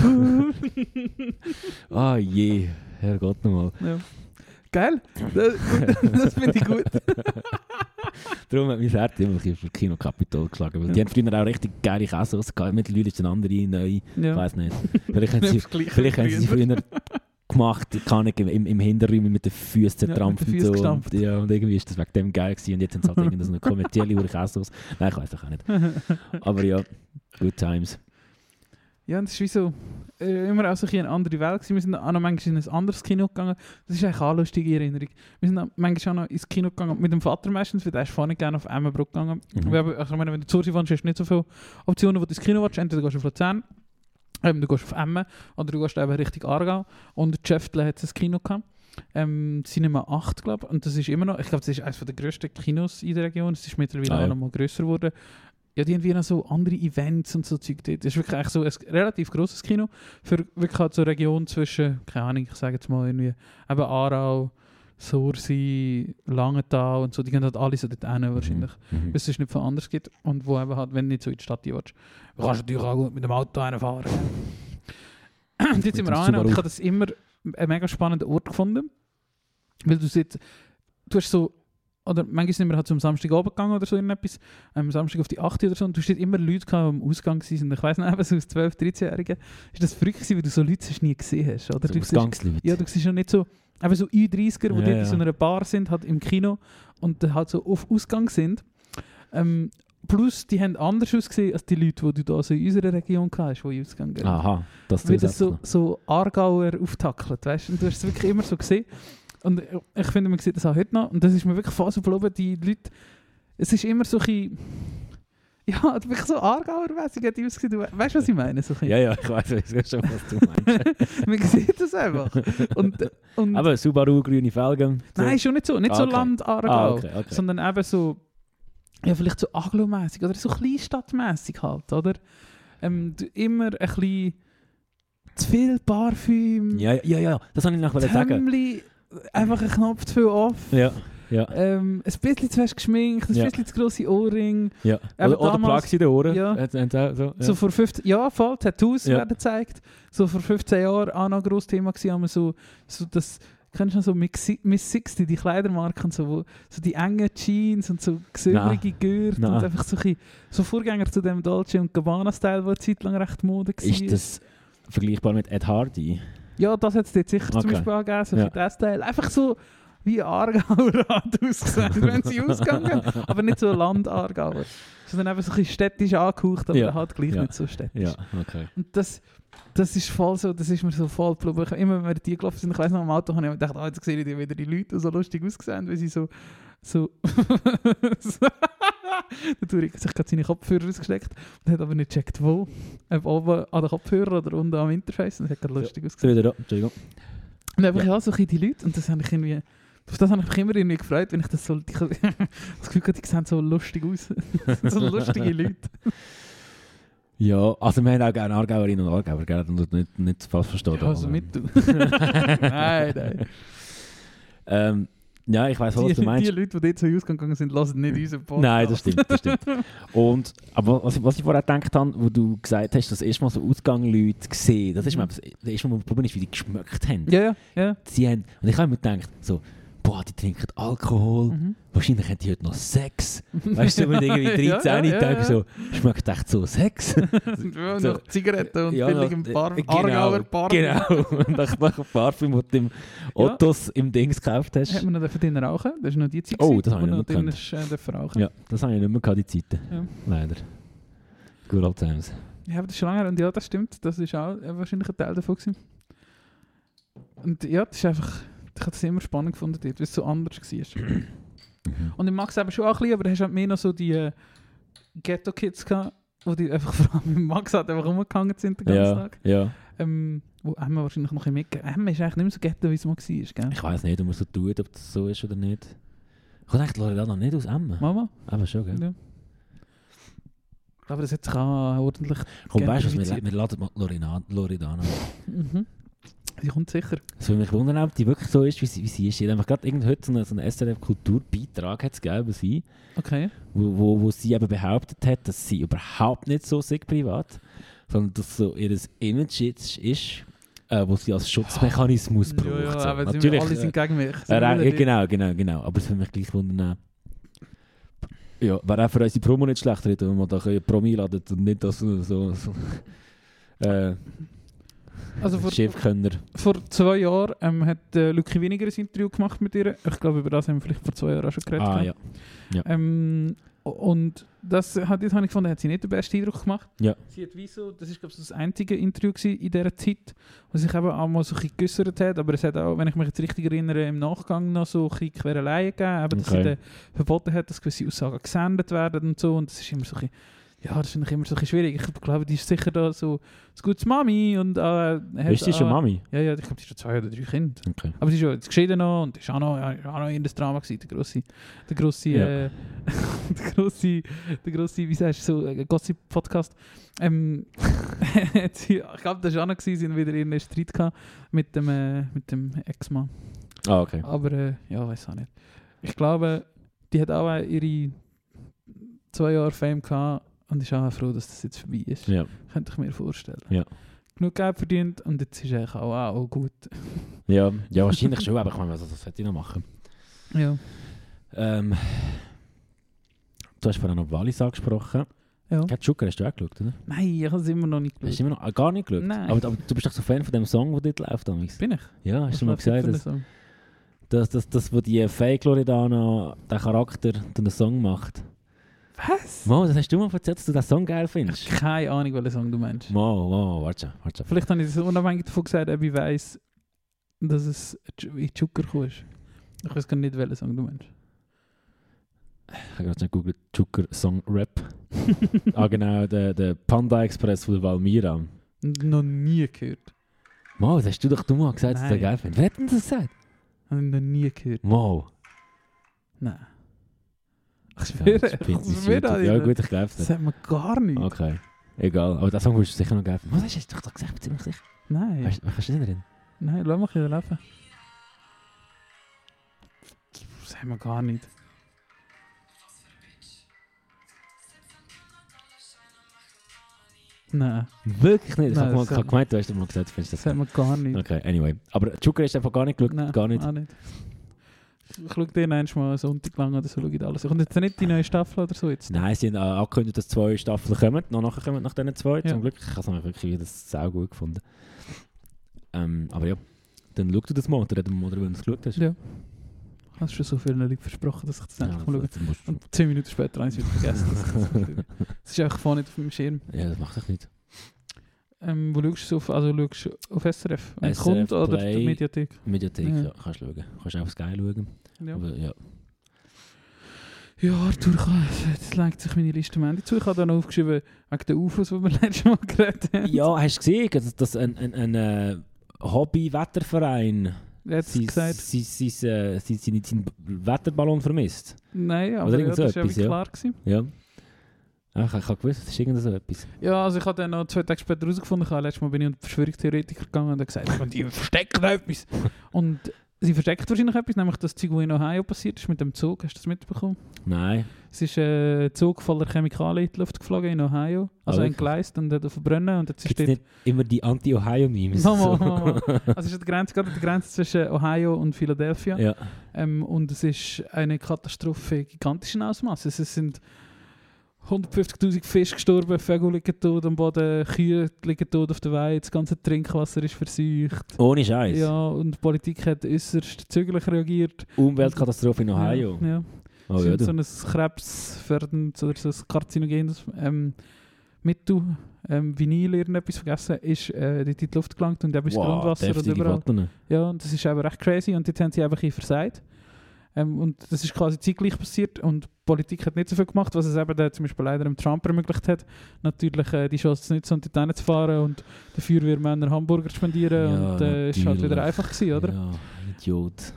Speaker 2: <laughs> ah je, Herrgott nochmal.
Speaker 3: Ja. Geil, das, <laughs> das finde ich gut.
Speaker 2: <laughs> Darum hat mein Herz immer für Kino Kapitol geschlagen. Weil
Speaker 3: Ja.
Speaker 2: Die haben früher auch richtig geile Käse rausgehauen. Mittlerweile ist eine andere, neu, ich
Speaker 3: Ja.
Speaker 2: weiß nicht. Vielleicht
Speaker 3: <laughs>
Speaker 2: haben sie, vielleicht haben sie sie früher gemacht, ich kann nicht, im, im Hinterräumen mit den Füßen
Speaker 3: Ja, mit den
Speaker 2: zertrampft und
Speaker 3: Füßen
Speaker 2: so.
Speaker 3: gestampft.
Speaker 2: Und, ja, und irgendwie ist das wegen dem geil gewesen. Und jetzt sind sie halt irgendwie so eine kommerzielle Uhr Käse raus. Nein, ich weiß doch auch nicht. Aber ja, good times.
Speaker 3: Ja, und es ist wie so, äh, immer auch so ein bisschen eine andere Welt gewesen. Wir sind auch noch ah, nou, manchmal in ein anderes Kino gegangen. Das ist eigentlich auch eine lustige Erinnerung. Wir sind auch manchmal auch noch ins Kino gegangen, mit dem Vater meistens, weil der ist vorne gerne auf Emmenbruck gegangen.
Speaker 2: Mhm.
Speaker 3: Weil, eben, also ich meine, wenn du zu Hause wohnst, hast du nicht so viele Optionen, wo du ins Kino willst. Entweder gehst du auf Luzern, ähm, du gehst auf Emmen oder du gehst eben Richtung Aargau. Und Schäftle hat ein Kino gehabt. Ähm, Cinema 8, glaube ich. Und das ist immer noch, ich glaube, das ist eines der grössten Kinos in der Region. Es ist mittlerweile
Speaker 2: Ah,
Speaker 3: auch
Speaker 2: ja.
Speaker 3: noch mal grösser geworden. Ja, die haben wie noch so andere Events und so Zeug dort. Das ist wirklich echt so ein relativ grosses Kino für wirklich halt so eine Region zwischen, keine Ahnung, ich sage jetzt mal irgendwie, eben Aarau, Sursi, Langenthal und so. Die gehen halt alle so dort hin wahrscheinlich
Speaker 2: Mhm.
Speaker 3: bis es nicht viel anders gibt und wo eben halt, wenn du nicht so in die Stadt gehen willst, kannst du natürlich auch gut mit dem Auto reinfahren. und jetzt sind
Speaker 2: dem
Speaker 3: wir an und
Speaker 2: Subaru.
Speaker 3: ich habe das immer einen mega spannenden Ort gefunden, weil du sitzt, du hast so, oder manchmal sind wir halt zum Samstag oben gegangen oder so irgendetwas, am Samstag auf die 8 oder so und du hast dort immer Leute gehabt, die am Ausgang waren und ich weiss nicht, eben <laughs> so aus 12, 13-Jährigen, ist das verrückt gewesen, weil du so Leute sonst nie gesehen hast. Oder?
Speaker 2: So
Speaker 3: du siehst-
Speaker 2: Ausgangsleute.
Speaker 3: ja, du siehst ja nicht so, eben so U30er,
Speaker 2: Ja,
Speaker 3: die dort in
Speaker 2: ja.
Speaker 3: so einer Bar sind, halt im Kino und dann halt so auf Ausgang sind. Ähm, plus, die haben anders ausgesehen als die Leute, die du da so in unserer Region hast, die in Ausgang gehen.
Speaker 2: Aha, das
Speaker 3: Weil
Speaker 2: tut
Speaker 3: das so, so Aargauer auftackelt, weißt du? Und du hast es wirklich immer so gesehen. Und ich- ich finde, man sieht das auch heute noch. Und das ist mir wirklich fast oben, die Leute... Es ist immer so ein bisschen... <laughs> Ja, wirklich so Aargauer-mässig hat die ausgesehen. Du we- Weißt du, was ich meine? So ein bisschen.
Speaker 2: Ja, ja, ich weiß, ich weiß schon, was
Speaker 3: <laughs>
Speaker 2: du meinst.
Speaker 3: Man sieht das
Speaker 2: <laughs>
Speaker 3: einfach. Und, und
Speaker 2: Aber Subaru, grüne Felgen. so.
Speaker 3: Nein, schon nicht so. Nicht
Speaker 2: Ah,
Speaker 3: so
Speaker 2: okay.
Speaker 3: Land Aargau,
Speaker 2: ah, okay, okay.
Speaker 3: sondern eben so, ja, vielleicht so aglomässig oder so kleinstadtmässig halt, oder? Ähm, du- immer ein bisschen zu viel Parfüm,
Speaker 2: Ja, ja, ja, das wollte ich nachher sagen.
Speaker 3: Tümmli, einfach ein Knopf zu viel off.
Speaker 2: Ja. Ja.
Speaker 3: Ähm, ein bisschen zu fest geschminkt, ein
Speaker 2: Ja.
Speaker 3: bisschen zu grosse Ohrring.
Speaker 2: ja.
Speaker 3: Aber
Speaker 2: Oder, oder
Speaker 3: damals-
Speaker 2: Plugs in den Ohren.
Speaker 3: Ja.
Speaker 2: Hat- hat auch So, ja.
Speaker 3: So vor 15 ja, voll, Tattoos
Speaker 2: Ja.
Speaker 3: werden gezeigt. So vor 15 Jahren auch noch ein grosses Thema gewesen, aber so, so das, kennst du noch so Mix- Miss 60, die Kleidermarken, so, wo, so die engen Jeans und so gesöhnliche Gürtel
Speaker 2: Nein.
Speaker 3: und einfach so, ein bisschen- so Vorgänger zu dem Dolce und Gabbana-Style, der eine Zeit lang recht Mode war.
Speaker 2: Ist das vergleichbar mit Ed Hardy?
Speaker 3: Ja, das hat es dort sicher zum
Speaker 2: Okay.
Speaker 3: Beispiel angegeben, so
Speaker 2: Ja.
Speaker 3: ja. das Teil. Einfach so wie Aargauer hat <laughs> ausgesehen, wenn sie ausgegangen Aber nicht so Land-Aargauer. Sondern einfach so ein bisschen städtisch angehaucht, aber
Speaker 2: Ja.
Speaker 3: halt gleich
Speaker 2: Ja.
Speaker 3: nicht so städtisch.
Speaker 2: Ja, okay.
Speaker 3: Und das, das ist voll so, das ist mir so voll geblieben. Ich- Immer wenn wir die gelaufen sind, ich weiss noch, im Auto habe ich immer gedacht, ah, jetzt sehe ich die wieder die Leute die so lustig ausgesehen, weil sie so... so <laughs> der Turik hat sich gerade seine Kopfhörer ausgesteckt und hat aber nicht gecheckt, wo. Ob oben an den Kopfhörer oder unten am Interface. Und das hat gerade lustig ausgesehen.
Speaker 2: So wieder da. Entschuldigung.
Speaker 3: Und dann habe ich auch so ein bisschen die Leute und das habe ich irgendwie, auf das habe ich mich immer irgendwie gefreut, wenn ich <laughs> das so, ich habe das Gefühl gehabt, die sehen so lustig aus. <laughs> so lustige Leute.
Speaker 2: Ja, also wir haben auch gerne Aargauerinnen und Aargauer, gell? Und das nicht, nicht zu falsch verstehen.
Speaker 3: Ja, also
Speaker 2: aber- <laughs>
Speaker 3: mit du. <laughs> nein, nein.
Speaker 2: Ähm, ja, ich weiß,
Speaker 3: Die,
Speaker 2: was du
Speaker 3: die
Speaker 2: meinst.
Speaker 3: Leute, die dort so ausgegangen gegangen sind, lassen nicht unseren Podcast.
Speaker 2: Nein, das stimmt, das stimmt. Und, aber was, ich- was ich vorher gedacht habe, wo du gesagt hast, dass erstmal so Ausgangleute gesehen, das ist mir
Speaker 3: Mhm.
Speaker 2: das das erste Mal, wo Problem ist, wie die geschmeckt haben.
Speaker 3: Ja, ja, ja.
Speaker 2: Sie haben und ich habe mir gedacht, so, boah, die trinken Alkohol,
Speaker 3: Mhm.
Speaker 2: wahrscheinlich haben die heute noch
Speaker 3: <laughs>
Speaker 2: Sex. Weißt du, wenn du irgendwie 13 ja, ja, ja, so, schmeckt echt so Sex.
Speaker 3: Ja,
Speaker 2: So.
Speaker 3: noch Zigaretten und
Speaker 2: Ja,
Speaker 3: billigem
Speaker 2: nach-
Speaker 3: Bar
Speaker 2: äh,
Speaker 3: Aargauer Bar.
Speaker 2: Genau, <laughs> und nach, nach dem Parfüm, das du im Ottos im Dings gekauft hast.
Speaker 3: Hat man noch dürfen drinnen rauchen? Das ist noch die Zeit,
Speaker 2: Oh,
Speaker 3: gewesen,
Speaker 2: das habe ich
Speaker 3: wo
Speaker 2: noch nicht
Speaker 3: drinnen ist, äh, dürfen rauchen.
Speaker 2: Ja, das habe ich nicht mehr gehabt, die Zeiten.
Speaker 3: Ja.
Speaker 2: Leider. Good old times.
Speaker 3: Ja, aber das ist schon lange her. Und ja, das stimmt. Das ist auch äh, wahrscheinlich ein Teil davon. Gewesen. Und ja, das ist einfach... Ich habe das immer spannend gefunden dort, weil es so anders war.
Speaker 2: Mhm.
Speaker 3: Und ich mag es eben schon auch ein bisschen, aber du hast halt mehr noch so die äh, Ghetto-Kids gehabt, wo die einfach <laughs> vor allem mit Max halt einfach rumgehangen sind den ganzen
Speaker 2: Ja,
Speaker 3: Tag.
Speaker 2: ja.
Speaker 3: Ähm, wo Emma wahrscheinlich noch ein bisschen mitgegeben Emma ist eigentlich nicht mehr so Ghetto, wie es mal war, gell?
Speaker 2: Ich weiß nicht, ob man so tut, ob das so ist oder nicht. Kommt echt Loredana nicht aus Emmen?
Speaker 3: Mama?
Speaker 2: Aber schon, gell?
Speaker 3: Ja. Aber das hat sich auch ordentlich...
Speaker 2: Komm, weißt du was, wir,
Speaker 3: gentrifiziert.
Speaker 2: wir laden mal Lorena- Loredana.
Speaker 3: Mhm. Sie kommt sicher.
Speaker 2: Es würde mich wundern, ob die wirklich so ist, wie sie, wie sie ist. Ich habe gerade irgend heute so einen, so einen SRF-Kulturbeitrag hat's gegeben über sie,
Speaker 3: Okay.
Speaker 2: wo, wo, wo sie eben behauptet hat, dass sie überhaupt nicht so sick privat, sondern dass so ihr Image jetzt ist, äh, wo sie als Schutzmechanismus braucht.
Speaker 3: ja,
Speaker 2: so.
Speaker 3: ja, aber
Speaker 2: Natürlich,
Speaker 3: alle sind gegen mich.
Speaker 2: Äh, ja, genau, genau, genau. Aber es würde mich gleich wundern. äh, Ja, wäre auch für unsere Promo nicht schlecht, wenn man da ein Promi laden und nicht das so. so, so äh,
Speaker 3: Also vor,
Speaker 2: Schiffkönner.
Speaker 3: vor zwei Jahren ähm, hat äh, Luki Weniger ein Interview gemacht mit ihr. Ich glaube, über das haben wir vielleicht vor zwei Jahren auch schon geredet.
Speaker 2: Ah,
Speaker 3: gehabt.
Speaker 2: ja.
Speaker 3: Ähm, o- und das hat, das habe ich gefunden, hat sie nicht den besten Eindruck gemacht.
Speaker 2: Ja.
Speaker 3: Sie hat wie so, das ist glaube ich so das einzige Interview gewesen in dieser Zeit, wo sich eben auch mal so ein bisschen geäussert hat, aber es hat auch, wenn ich mich jetzt richtig erinnere, im Nachgang noch so ein bisschen Quereleien gegeben, eben, dass
Speaker 2: Okay.
Speaker 3: sie dann verboten hat, dass gewisse Aussagen gesendet werden und so und das ist immer so ein bisschen, ja, das finde ich immer so ein bisschen schwierig. Ich glaube, die ist sicher da so ein gutes Mami und äh, hat
Speaker 2: Ist sie schon
Speaker 3: auch-
Speaker 2: Mami?
Speaker 3: Ja, ja, ich glaube, sie ist schon zwei oder drei Kinder.
Speaker 2: Okay.
Speaker 3: Aber sie ist ja jetzt geschieden noch und ist auch noch, ja, ist auch noch in das Drama gewesen, der grosse, der grosse,
Speaker 2: Ja.
Speaker 3: äh, <laughs> der grosse, der grosse, wie sagst du, so, äh, Gossip-Podcast. Ähm, <laughs> hat sie- ich glaube, das war auch noch, gewesen, sie haben wieder ihren Streit gehabt mit dem, äh, mit dem Ex-Mann.
Speaker 2: Ah, okay.
Speaker 3: Aber, äh, ja, weiß auch nicht. Ich glaube, die hat auch äh, ihre zwei Jahre Fame gehabt und ist auch froh, dass das jetzt vorbei ist.
Speaker 2: Ja.
Speaker 3: Könnte ich mir vorstellen.
Speaker 2: Ja.
Speaker 3: Genug Geld verdient und jetzt ist eigentlich auch, auch gut.
Speaker 2: Ja, ja, wahrscheinlich schon, aber ich meine, was, was hätte ich noch machen?
Speaker 3: Ja.
Speaker 2: Ähm, du hast vorhin noch Wallis angesprochen.
Speaker 3: ja.
Speaker 2: Ich glaube, Zucker hast du auch geschaut, oder?
Speaker 3: Nein, ich habe es immer noch nicht
Speaker 2: Hast
Speaker 3: gelesen.
Speaker 2: du immer noch ah, gar nicht geschaut?
Speaker 3: Nein.
Speaker 2: Aber, aber du bist doch so Fan von dem Song, der dort läuft, damals.
Speaker 3: Bin ich?
Speaker 2: Ja,
Speaker 3: <laughs>
Speaker 2: hast du mal
Speaker 3: Was
Speaker 2: gesagt,
Speaker 3: läuft denn
Speaker 2: dass,
Speaker 3: für einen Song?
Speaker 2: dass, dass, dass wo die Fake Loredana den Charakter den Song macht.
Speaker 3: Was?
Speaker 2: Mo, das hast du mal erzählt, dass du den Song geil findest.
Speaker 3: Keine Ahnung, welchen Song du meinst.
Speaker 2: Mo, Mo, warte, schon, warte. schon.
Speaker 3: Vielleicht habe ich das unabhängig davon gesagt, ob ich weiss, dass es in Zucker gekommen ist. Ich weiß gar nicht, welchen Song du meinst.
Speaker 2: Ich habe gerade schnell gegoogelt, Zucker Song
Speaker 3: <laughs>
Speaker 2: Rap. ah genau, der, der Panda Express von der Valmira.
Speaker 3: Noch nie gehört.
Speaker 2: Mo, das hast du doch du mal gesagt, dass du den
Speaker 3: Nein.
Speaker 2: geil findest. Wer hat denn das gesagt?
Speaker 3: Habe ich noch nie gehört.
Speaker 2: Mo.
Speaker 3: Nein. Ich
Speaker 2: Ja,
Speaker 3: schwöre,
Speaker 2: das
Speaker 3: ich
Speaker 2: spinnt sich
Speaker 3: schwöre,
Speaker 2: weiter.
Speaker 3: Alter.
Speaker 2: Ja gut, ich glaube
Speaker 3: Das
Speaker 2: es.
Speaker 3: sagt man gar nicht.
Speaker 2: Okay. Egal, Oh, aber den Song wirst du sicher noch geil finden. Mo, das hast du doch gesagt, bin ziemlich sicher.
Speaker 3: Nein,
Speaker 2: Weißt du, was kannst du denn drin?
Speaker 3: nein, lass mal ein bisschen laufen. Das haben wir gar nicht. Nein,
Speaker 2: Wirklich nicht. Ich
Speaker 3: Nein,
Speaker 2: habe
Speaker 3: das-
Speaker 2: gemeint, du hast mal gesagt, du findest das
Speaker 3: das haben wir gar nicht.
Speaker 2: Okay, anyway. Aber Zucker ist einfach gar nicht geschaut,
Speaker 3: Nein,
Speaker 2: gar nicht.
Speaker 3: Auch nicht. Ich schaue dir einmal einen Sonntag lang oder so, schaue ich alles. Kommt jetzt nicht die neue Staffel oder so jetzt?
Speaker 2: Nein, sie haben äh, angekündigt, dass zwei Staffeln kommen, noch nachher kommen nach diesen zwei.
Speaker 3: Ja.
Speaker 2: Zum Glück, ich habe es wirklich wieder sehr gut gefunden. Ähm, aber ja, dann schau du das mal oder reden wir mal darüber, wenn du es geschaut hast.
Speaker 3: Ja. Ich habe schon so vielen Leuten versprochen, dass ich das
Speaker 2: Ja,
Speaker 3: endlich mal schaue.
Speaker 2: das, musst du-
Speaker 3: Und zehn Minuten später eins wieder vergessen. dass ich das
Speaker 2: <laughs>
Speaker 3: gesehen habe. Es ist einfach vorne nicht auf meinem Schirm.
Speaker 2: ja, das macht doch nichts.
Speaker 3: Ähm, wo schaust du auf, also schaust du auf SRF? Wenn es
Speaker 2: SRF
Speaker 3: kommt oder
Speaker 2: Play.
Speaker 3: die Mediathek?
Speaker 2: Mediathek,
Speaker 3: Ja.
Speaker 2: ja. kannst du schauen. Kannst auch auf Sky schauen.
Speaker 3: Ja,
Speaker 2: Aber, ja.
Speaker 3: ja Arthur, ich habe- jetzt lenkt sich meine Liste am Ende zu. Ich habe da noch aufgeschrieben, wegen den UFOs, die wir <laughs> letztes Mal geredet <laughs> haben.
Speaker 2: ja, hast du gesehen, dass, dass ein, ein, ein äh, Hobby-Wetterverein
Speaker 3: Er hat es
Speaker 2: sein, sein,
Speaker 3: gesagt,
Speaker 2: sein, äh, sein, seinen- seinen Wetterballon vermisst?
Speaker 3: nein, aber
Speaker 2: Oder
Speaker 3: ja,
Speaker 2: irgend
Speaker 3: das
Speaker 2: so
Speaker 3: war ja wie
Speaker 2: etwas, ja.
Speaker 3: klar. Gewesen.
Speaker 2: Ja. Ah, Ich, ich habe gewusst, das ist irgend so etwas.
Speaker 3: Ja, also ich habe dann noch zwei Tage später herausgefunden, ich habe letztes Mal bin ich an die Verschwörungstheoretiker gegangen und habe gesagt, «Und die verstecken etwas. und sie versteckt wahrscheinlich etwas, nämlich dass das Zeug, was in Ohio dus passiert ist mit dem Zug. Hast du das mitbekommen?
Speaker 2: Nein.
Speaker 3: Es ist äh, ein Zug voller Chemikalien in die Luft geflogen in Ohio. Also
Speaker 2: Ah, wirklich?
Speaker 3: entgleist und hat er verbrennen und jetzt
Speaker 2: Gibt
Speaker 3: steht...
Speaker 2: es nicht immer die Anti-Ohio-Memes?
Speaker 3: <laughs> Mama, Mama. Also es ist an der Grenze, gerade an der Grenze zwischen Ohio und Philadelphia.
Speaker 2: Ja.
Speaker 3: Ähm, und es ist eine Katastrophe gigantischen Ausmaßes. Es sind 150.000 Fische gestorben, Vögel liegen tot am Boden, Kühe liegen tot auf der Weide, das ganze Trinkwasser ist verseucht.
Speaker 2: Ohne Scheiß.
Speaker 3: Ja, und die Politik hat äußerst zögerlich reagiert.
Speaker 2: Umweltkatastrophe in Ohio.
Speaker 3: Ja, ja.
Speaker 2: Oh,
Speaker 3: Es
Speaker 2: ja,
Speaker 3: sind so
Speaker 2: du.
Speaker 3: ein krebsförderndes oder so ein karzinogenes ähm, Mittel, ähm, Vinyl, irgendetwas vergessen, ist äh, dort in die Luft gelangt und eben ins Grundwasser und
Speaker 2: deftige
Speaker 3: überall.
Speaker 2: Fotos.
Speaker 3: Ja, und das ist eben recht dus crazy und dort haben sie einfach ein bisschen versagt. Ähm, und das ist quasi zeitgleich passiert und die Politik hat nicht so viel gemacht, was es eben dann zum Beispiel leider dem Trump ermöglicht hat, natürlich äh, die Chance zu nutzen und dort hinzufahren und den Feuerwehrmännern Hamburger zu spendieren
Speaker 2: Ja,
Speaker 3: und äh, es war halt wieder
Speaker 2: natürlich.
Speaker 3: einfach, gewesen, oder?
Speaker 2: Ja, Idiot.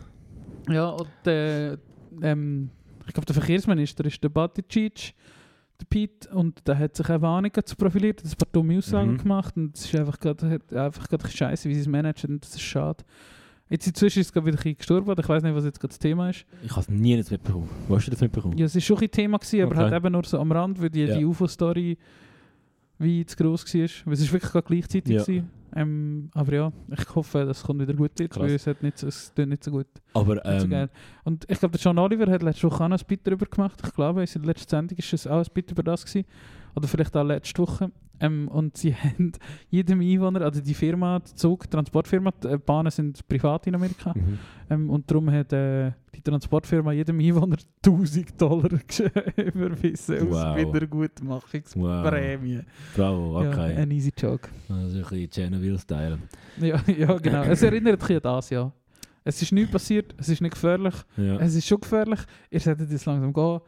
Speaker 3: Ja, und äh, ähm, ich glaube der Verkehrsminister ist der Baticic, der Pete, und der hat sich eben auch nicht gerade so profiliert, hat ein paar dumme Aussagen
Speaker 2: Mhm.
Speaker 3: gemacht und es ist einfach gerade hat einfach gerade scheiße, wie sie es managen und das ist schade. Jetzt inzwischen ist es gerade wieder ein bisschen gestorben, ich weiß nicht, was jetzt gerade das Thema ist.
Speaker 2: Ich habe es nie nicht mitbekommen. Wo hast du das mitbekommen?
Speaker 3: Ja, es war schon ein bisschen Thema, gewesen, aber
Speaker 2: Okay.
Speaker 3: halt eben nur so am Rand, weil die,
Speaker 2: Ja.
Speaker 3: die UFO-Story wie zu gross war. Weil es ist wirklich gerade gleichzeitig.
Speaker 2: Ja.
Speaker 3: gewesen. Ähm, aber ja, ich hoffe, das kommt wieder gut jetzt,
Speaker 2: Krass.
Speaker 3: weil es, hat nicht, so- es tut nicht so gut.
Speaker 2: Aber
Speaker 3: Nicht so
Speaker 2: ähm,
Speaker 3: geil. Und ich glaube, der John Oliver hat letzte Woche auch noch ein Bit darüber gemacht. Ich glaube, in der letzten Sendung war es auch ein Bit über das. Gewesen. Oder vielleicht auch letzte Woche. Ähm, und sie <laughs> haben jedem Einwohner, also die Firma, die Zug, die Transportfirma, die äh, Bahnen sind privat in Amerika.
Speaker 2: mhm.
Speaker 3: Ähm, und darum hat äh, die Transportfirma jedem Einwohner <laughs> 1000 Dollar <laughs> gesch- überwiesen
Speaker 2: Wow.
Speaker 3: aus Wiedergutmachungsprämie.
Speaker 2: wow. Bravo, okay.
Speaker 3: Ja, ein easy joke.
Speaker 2: das ist ein bisschen Chernobyl-Style.
Speaker 3: Ja, <laughs> ja, genau. es erinnert ein bisschen an das, ja. Es ist nichts passiert, es ist nicht gefährlich.
Speaker 2: Ja.
Speaker 3: Es ist schon gefährlich. Ihr solltet jetzt langsam gehen.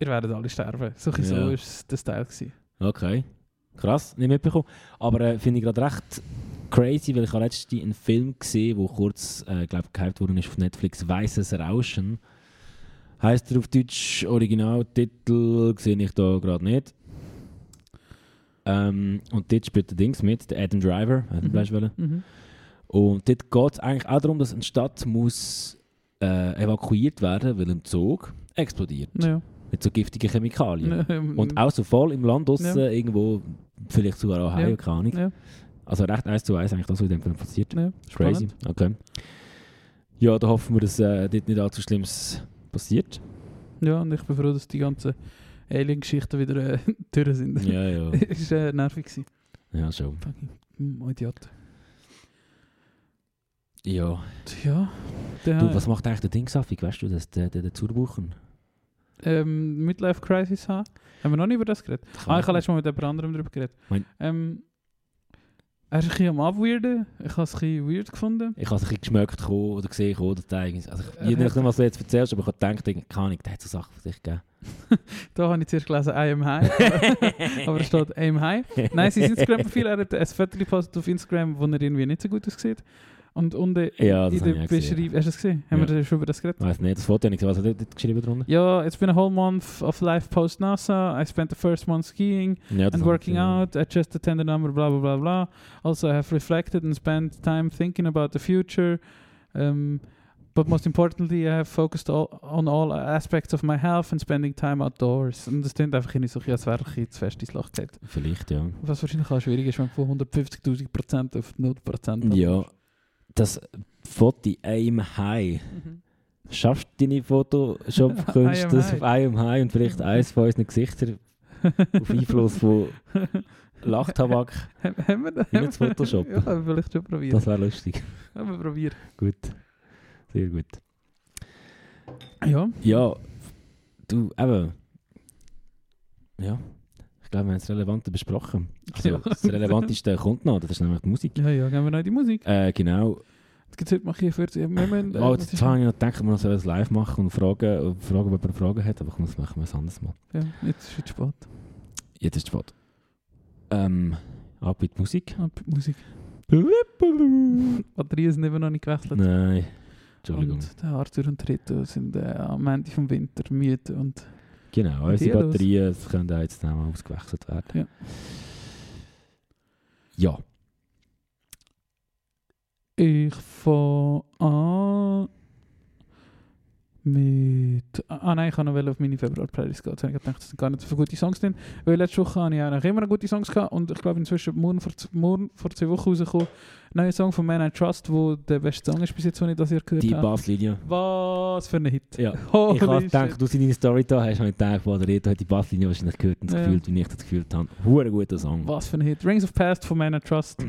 Speaker 3: Ihr werdet alle sterben. So ein bisschen
Speaker 2: Ja.
Speaker 3: so ist das Teil gewesen.
Speaker 2: Okay. Krass, nicht mitbekommen. Aber äh, finde ich gerade recht crazy, weil ich habe letztens einen Film gesehen, der kurz, äh, glaube gehypt worden ist auf Netflix, Weißes Rauschen. Heißt er auf Deutsch Originaltitel, sehe ich da gerade nicht. Ähm, und dort spielt der Dings mit, der Adam Driver, Adam
Speaker 3: Mhm.
Speaker 2: mhm. Und dort geht es eigentlich auch darum, dass eine Stadt muss äh, evakuiert werden, weil ein Zug explodiert.
Speaker 3: Nou Ja.
Speaker 2: Mit so giftigen Chemikalien.
Speaker 3: Ähm,
Speaker 2: Und auch so voll im Land draussen, irgendwo, vielleicht sogar Ohio,
Speaker 3: Ja.
Speaker 2: keine Ahnung.
Speaker 3: Ja.
Speaker 2: Also recht eins zu eins eigentlich das, was in dem Film passiert.
Speaker 3: ja.
Speaker 2: Crazy. Okay. Ja, da hoffen wir, dass äh, dort nicht allzu Schlimmes
Speaker 3: <laughs>
Speaker 2: passiert.
Speaker 3: ja, und ich bin froh, dass dus die ganzen Alien-Geschichten wieder <laughs> äh, durch sind.
Speaker 2: Ja, ja.
Speaker 3: ist äh, nervig gewesen.
Speaker 2: ja, schon.
Speaker 3: Fucking mm, Idiot.
Speaker 2: Ja.
Speaker 3: Ja. Der,
Speaker 2: Du, was macht eigentlich der Dingsaffig, weißt du, das, der, der, der Zurbuchen?
Speaker 3: ähm, Midlife Crisis haben. Haben wir noch nicht über das geredet? Ah, ich habe letztes Mal mit jemand anderem darüber geredet.
Speaker 2: Mein-
Speaker 3: Ähm, er ist ein bisschen am Abweirden. Ich habe es ein bisschen weird gefunden.
Speaker 2: Ich habe es ein bisschen geschmeckt kommen oder gesehen, kommen, oder Teig. Also, ich
Speaker 3: Er
Speaker 2: je
Speaker 3: hat-
Speaker 2: nachdem, was du jetzt erzählst, aber ich habe gedacht, keine Ahnung, der hat so Sachen für sich gegeben.
Speaker 3: Da habe ich zuerst gelesen, I
Speaker 2: <laughs>
Speaker 3: am high. <laughs> aber es steht, I am high. Nein, sein Instagram-Profil, er hat ein Foto gepostet auf Instagram, wo er irgendwie nicht so gut aussieht. Und unten
Speaker 2: Ja, das
Speaker 3: in
Speaker 2: habe ich auch
Speaker 3: der
Speaker 2: gesehen.
Speaker 3: Beschreibung, hast du das gesehen? Haben
Speaker 2: Ja.
Speaker 3: wir da schon über das geredet?
Speaker 2: <laughs> Weiß nicht, das Foto habe ich gesehen. Was hat er dort geschrieben drunter?
Speaker 3: Ja, it's been a whole month of life post NASA. I spent the first month skiing
Speaker 2: Ja, das
Speaker 3: and
Speaker 2: habe ich
Speaker 3: working
Speaker 2: gesehen.
Speaker 3: out. I just attended number blah blah blah blah. Also I have reflected and spent time thinking about the future. Um, But most importantly, I have focused all, on all aspects of my health and spending time outdoors. Und das klingt einfach in so, als wäre ich jetzt fest ins Loch geht.
Speaker 2: Vielleicht, ja.
Speaker 3: Was wahrscheinlich auch schwierig ist, wenn du von 150.000 Prozent auf 0 Prozent
Speaker 2: Ja, das Foto «I'm high».
Speaker 3: <laughs>
Speaker 2: Schaffst du deine Photoshop-Kunst
Speaker 3: I am
Speaker 2: das auf
Speaker 3: high.
Speaker 2: «I am high» und vielleicht eines von unseren Gesichtern auf Einfluss von Lachtabak
Speaker 3: Haben wir das?
Speaker 2: in das Photoshop?
Speaker 3: <laughs> Ja, haben wir vielleicht schon probiert.
Speaker 2: Das wäre lustig.
Speaker 3: Haben wir probiert.
Speaker 2: Gut. Sehr gut.
Speaker 3: Ja.
Speaker 2: Ja, du, eben. Ja, ich glaube, wir haben das Relevante besprochen. Also,
Speaker 3: Ja.
Speaker 2: Das Relevanteste kommt noch, das ist nämlich die Musik.
Speaker 3: Ja, ja, gehen wir noch in die Musik.
Speaker 2: Äh, genau.
Speaker 3: Jetzt gibt es heute mal hier 40 Moment.
Speaker 2: Oh, jetzt habe ich noch gedacht, wir sollen es live machen und fragen, und fragen, ob jemand Fragen hat, aber komm, das machen wir es anders mal.
Speaker 3: Ja, jetzt ist es spät.
Speaker 2: Jetzt ist es spät. Ähm, ab in die Musik.
Speaker 3: Ab die Musik. Batterien sind eben noch nicht gewechselt.
Speaker 2: Nein, Entschuldigung.
Speaker 3: Und der Arthur und Reto sind äh, am Ende vom Winter müde und
Speaker 2: genau,
Speaker 3: und
Speaker 2: unsere
Speaker 3: ihr los?
Speaker 2: Batterien das können auch jetzt nochmal ausgewechselt werden.
Speaker 3: Ja.
Speaker 2: Ja.
Speaker 3: ich fange an mit... Ah nein, ich kann noch wel auf meine Februar-Playlist gehen. Jetzt habe ich gedacht, das sind gar nicht so viele gute Songs drin. Weil letzte Woche habe ich auch noch immer noch gute Songs gehabt und ich glaube inzwischen morgen vor, z- morgen vor zwei Wochen rausgekommen. Ein neuer Song von Man I Trust, der der beste Song ist bis jetzt, den ich das Jahr gehört
Speaker 2: Die
Speaker 3: habe.
Speaker 2: Basslinie.
Speaker 3: Was für ein Hit. <laughs>
Speaker 2: Ja.
Speaker 3: Holy
Speaker 2: ich habe
Speaker 3: shit.
Speaker 2: gedacht, du sie in deine Story da hast, habe ich gedacht, wow, der Reto hat die Basslinie wahrscheinlich gehört und das
Speaker 3: Ja.
Speaker 2: gefühlt, wie ich das gefühlt habe. Hure guter Song.
Speaker 3: Was für ein Hit. Rings of Past von Man I Trust.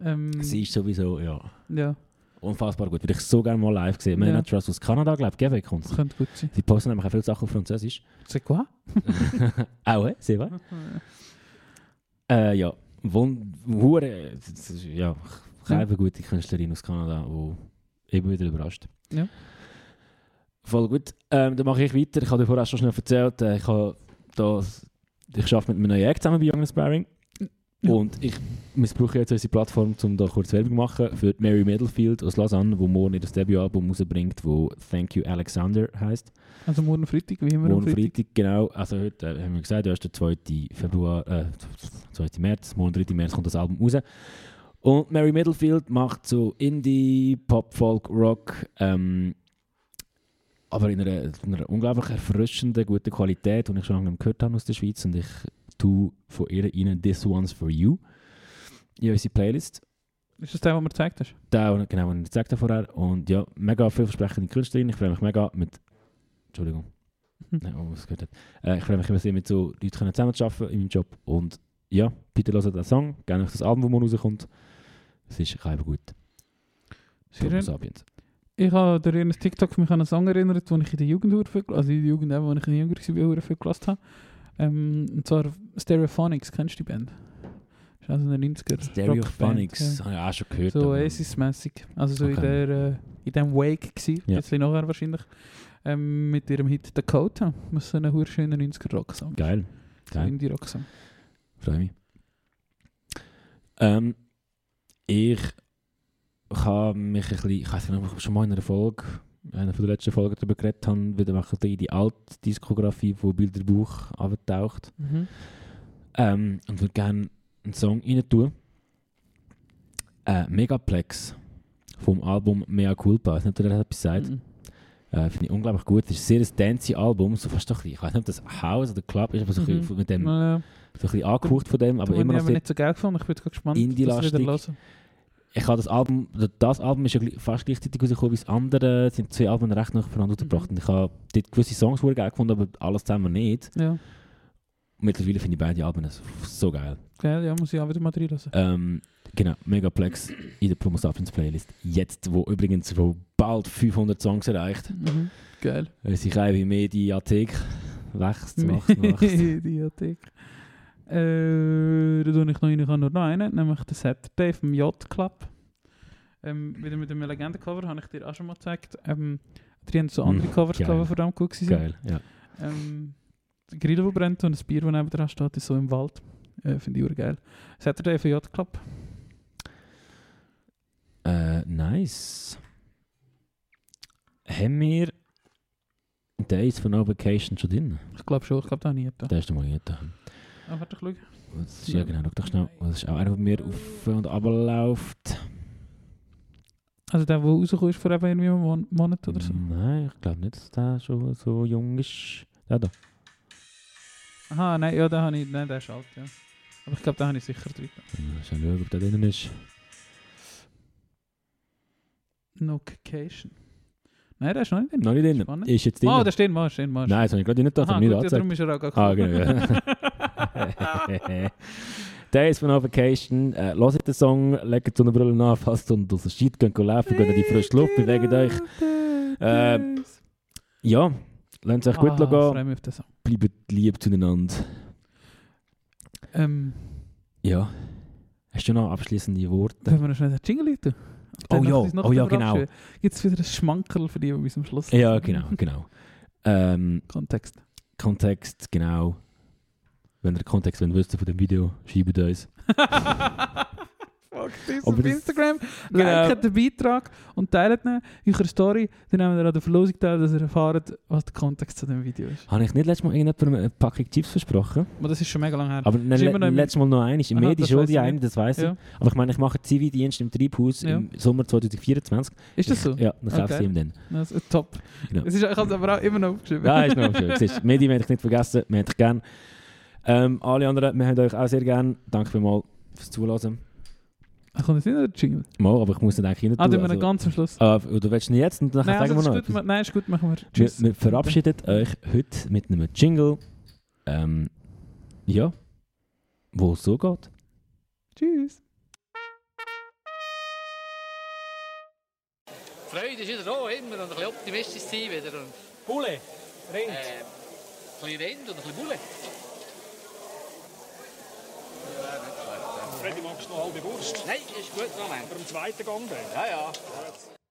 Speaker 3: ähm,
Speaker 2: Sie ist sowieso, ja,
Speaker 3: ja,
Speaker 2: unfassbar gut. Würde ich so gerne mal live sehen. Man
Speaker 3: Ja.
Speaker 2: hat Trust aus Kanada, glaube ich, Quebec kommt
Speaker 3: das
Speaker 2: sie.
Speaker 3: könnte gut sein.
Speaker 2: Sie posten nämlich auch viele Sachen auf <laughs> Französisch.
Speaker 3: C'est <laughs> quoi?
Speaker 2: auch, hä? Sehr wahr. Äh, ja, eh, Wund Hure, das ist- ja,
Speaker 3: Ja.
Speaker 2: keine gute Künstlerin aus Kanada, die immer wieder überrascht.
Speaker 3: Ja.
Speaker 2: Voll gut. Ähm, dann mache ich weiter. Ich habe dir vorher schon schnell erzählt, äh, ich, habe das, ich arbeite mit einem neuen Act zusammen bei Young Inspiring.
Speaker 3: Ja.
Speaker 2: Und ich missbrauche jetzt unsere Plattform, um da kurz Werbung zu machen für die Mary Middlefield aus Lausanne, die morgen ihr Debütalbum rausbringt, wo «Thank You Alexander» heisst.
Speaker 3: Also morgen Freitag, wie immer am
Speaker 2: Morgen
Speaker 3: Freitag.
Speaker 2: Freitag, genau. Also heute äh, haben wir gesagt, erst der 2. Februar, äh, 2. März, morgen 3. März kommt das Album raus. Und Mary Middlefield macht so Indie, Pop, Folk, Rock, ähm, aber in einer, in einer unglaublich erfrischenden, guten Qualität, die ich schon lange nicht mehr gehört habe aus der Schweiz. Und ich tue von ihr rein «This One's For You» in unsere Playlist.
Speaker 3: Ist das der, den du mir gezeigt hast?
Speaker 2: Da, und genau, und ich zeigte vorher. Und ja, mega vielversprechende Künstlerin. Ich freue mich mega mit. Entschuldigung.
Speaker 3: Mhm.
Speaker 2: Nein, oh, was gehört hat. Äh, ich freue mich immer sehr, mit so Leuten können zusammenzuarbeiten in meinem Job. Und ja, bitte hört den Song. Gerne euch das Album, das morgen rauskommt. Es ist einfach gut.
Speaker 3: Sehr
Speaker 2: Thomas
Speaker 3: schön.
Speaker 2: Abend.
Speaker 3: Ich habe durch ein TikTok mich an einen Song erinnert, den ich in der Jugend hure viel, also in der Jugend, eben, wo ich in der Jugend war, hure viel gelassen habe. Ähm, und zwar Stereophonics, kennst du die Band? Das ist also eine 90er
Speaker 2: Stereophonics.
Speaker 3: Rockband,
Speaker 2: Habe ich auch schon
Speaker 3: Ja.
Speaker 2: gehört.
Speaker 3: So
Speaker 2: aber-
Speaker 3: Oasis-mässig. Also so in,
Speaker 2: Okay.
Speaker 3: der, äh, in dem Wake gsi,
Speaker 2: Ja.
Speaker 3: ein bisschen nachher wahrscheinlich. Ähm, mit ihrem Hit Dakota. Was so ein hure schöner 90er-Rocksong.
Speaker 2: Geil.
Speaker 3: So
Speaker 2: Geil.
Speaker 3: Indie-Rocksong.
Speaker 2: Freue mich. Ähm, ich habe mich ein bisschen, ich weiß nicht, ob ich schon mal in einer Folge, in einer von der letzten Folgen darüber geredet habe, wieder machen die, die alte Diskografie von Bilderbuch abgetaucht.
Speaker 3: Mhm.
Speaker 2: Ähm, und würde gerne einen Song rein tun. Äh, Megaplex vom Album Mea Culpa. Ich weiß nicht, ob ihr das etwas sagt.
Speaker 3: Mhm.
Speaker 2: Äh, Finde ich unglaublich gut. Es ist ein sehr dancey Album. So fast doch ein bisschen, ich weiß nicht, ob das House oder Club ist, aber so ein
Speaker 3: Mhm.
Speaker 2: bisschen mit dem, so ein
Speaker 3: Äh,
Speaker 2: bisschen angehaucht von dem, aber
Speaker 3: Aber
Speaker 2: immer
Speaker 3: immer
Speaker 2: noch
Speaker 3: ich
Speaker 2: sehr
Speaker 3: nicht so geil gefunden. Ich bin jetzt gespannt,
Speaker 2: Indie-lastig.
Speaker 3: hören.
Speaker 2: ich habe das Album, oder das Album ist ja gl- fast gleichzeitig rausgekommen wie das andere. Es sind zwei Alben recht nach voneinander
Speaker 3: Mhm.
Speaker 2: gebracht. Und ich habe dort gewisse Songs sehr geil gefunden, aber alles zusammen nicht.
Speaker 3: Ja,
Speaker 2: Mittlerweile finde ich beide Alben s- so geil.
Speaker 3: geil, ja, muss ich auch wieder mal reinlassen.
Speaker 2: Ähm, genau, Megaplex in der Promo Sapiens Playlist. Jetzt, wo übrigens wo bald 500 Songs erreicht.
Speaker 3: Mhm. Geil.
Speaker 2: Sich auch wie Mediathek
Speaker 3: <laughs>
Speaker 2: wächst, wächst, wächst.
Speaker 3: Mediathek. Äh, da tue ich noch rein, ich habe nur noch einen, nämlich den Saturday vom J-Club. Ähm, wieder mit einem Legendencover, habe ich dir auch schon mal gezeigt. Ähm, die haben so andere
Speaker 2: Mhm,
Speaker 3: Covers
Speaker 2: geil.
Speaker 3: gehabt, die verdammt gut waren.
Speaker 2: Geil, ja.
Speaker 3: Ähm, der Grill, der brennt und das Bier, das neben dran steht, ist so im Wald. Äh, Finde ich urgeil. Saturday vom J-Club.
Speaker 2: Äh, nice. Haben wir Days for No Vacation schon drin?
Speaker 3: Ich glaube schon, ich glaube, da habe ich nicht.
Speaker 2: Das ist mal nicht da.
Speaker 3: Ah, warte, ich schaue.
Speaker 2: Das ist, ja genau, schau doch schnell. Das ist auch einer, der mir auf und ab läuft.
Speaker 3: Also der, der rausgekommen ist vor eben irgendwie einem Mon- Monat oder so.
Speaker 2: Nein, ich glaube nicht, dass der schon so jung ist. Ja, da.
Speaker 3: Aha, nein, Ah, ja, den habe ich, nein, der ist alt, ja. Aber ich glaube, den habe ich sicher drin.
Speaker 2: Schau schauen, ob der drinnen ist.
Speaker 3: Notification. Nein, der ist noch nicht drin.
Speaker 2: Noch nicht drinnen.
Speaker 3: Spannend.
Speaker 2: Ist jetzt drinnen.
Speaker 3: Ah, der steht mal, steht mal.
Speaker 2: Nein, das habe ich gerade nicht gedacht, das
Speaker 3: Aha,
Speaker 2: habe ich
Speaker 3: gut,
Speaker 2: nicht
Speaker 3: ja,
Speaker 2: angezeigt.
Speaker 3: darum ist er auch gar
Speaker 2: Ah,
Speaker 3: <laughs>
Speaker 2: <laughs> genau. Days von Vacation. Äh, hört den Song, legt die Sonnenbrille an, fasst und aus dem Shit, geht laufen, geht in die frische Luft, bewegt euch. Ähm, Ja, lasst euch gut
Speaker 3: ah,
Speaker 2: gehen,
Speaker 3: freue mich auf den Song.
Speaker 2: bleibt lieb zueinander.
Speaker 3: Ähm,
Speaker 2: Ja. nou Hast du noch abschließende Worte?
Speaker 3: <laughs> können wir noch schnell den Jingle tun?
Speaker 2: Oh ja, oh ja, genau.
Speaker 3: Gibt es wieder ein Schmankerl für die, die bis zum Schluss
Speaker 2: Ja, nou.
Speaker 3: sind?
Speaker 2: genau, genau. Ähm, <laughs>
Speaker 3: Kontext.
Speaker 2: Kontext, genau. Wenn ihr Kontext wollt wissen von dem Video, schreibt uns.
Speaker 3: Folgt uns
Speaker 2: Aber
Speaker 3: auf
Speaker 2: das-
Speaker 3: Instagram,
Speaker 2: Genau.
Speaker 3: liket den Beitrag und teilt ihn in eurer nou. Story. Dann nehmen wir an der Verlosung teil, dass ihr erfahrt, was der Kontext zu dem Video ist.
Speaker 2: Habe ich nicht letztes Mal irgendjemandem eine Packung Chips versprochen?
Speaker 3: Aber das ist schon mega lange her.
Speaker 2: Aber nein,
Speaker 3: Ist immer noch
Speaker 2: le
Speaker 3: im-
Speaker 2: letztes Mal noch eine. Im
Speaker 3: Aha,
Speaker 2: Medi
Speaker 3: das
Speaker 2: schon
Speaker 3: weiss
Speaker 2: die
Speaker 3: ich
Speaker 2: eine,
Speaker 3: nicht.
Speaker 2: das weiss
Speaker 3: Ja.
Speaker 2: ich. Aber ich meine, ich mache Zivildienst im Treibhaus
Speaker 3: Ja.
Speaker 2: im Sommer 2024.
Speaker 3: Ist das so?
Speaker 2: Ich, ja, dann um kaufe ich
Speaker 3: Okay.
Speaker 2: ihm dann.
Speaker 3: Das ist top.
Speaker 2: Genau.
Speaker 3: Es ist, ich habe es aber auch immer noch aufgeschrieben.
Speaker 2: Ja, ist noch schön. Siehst, du, Medi, wir haben dich nicht vergessen, wir haben dich gern. Ähm, alle anderen, wir haben euch auch sehr gern. Danke vielmals fürs Zuhören.
Speaker 3: Ach, kommt jetzt nicht noch der Jingle?
Speaker 2: Mal, aber ich muss nicht eigentlich nicht
Speaker 3: Ah, den wir ganz am Schluss.
Speaker 2: Ah, du willst nicht jetzt und dann
Speaker 3: Nein,
Speaker 2: sagen wir
Speaker 3: also,
Speaker 2: noch
Speaker 3: ist gut,
Speaker 2: etwas.
Speaker 3: ma- nein, ist gut, machen wir.
Speaker 2: Wir,
Speaker 3: Tschüss.
Speaker 2: wir verabschiedet euch heute mit einem Jingle. Ähm, ja, wo es so geht.
Speaker 3: Tschüss.
Speaker 4: Freude ist wieder da, immer. Und ein bisschen optimistisch sein wieder. Und,
Speaker 1: Bulle, Rind.
Speaker 4: äh, ein bisschen Rind und ein bisschen Bulle.
Speaker 1: Freddy, magst du noch halbe Wurst?
Speaker 4: Nein, ist gut, Moment.
Speaker 1: Beim zweiten Gang dann.
Speaker 4: Ja, ja.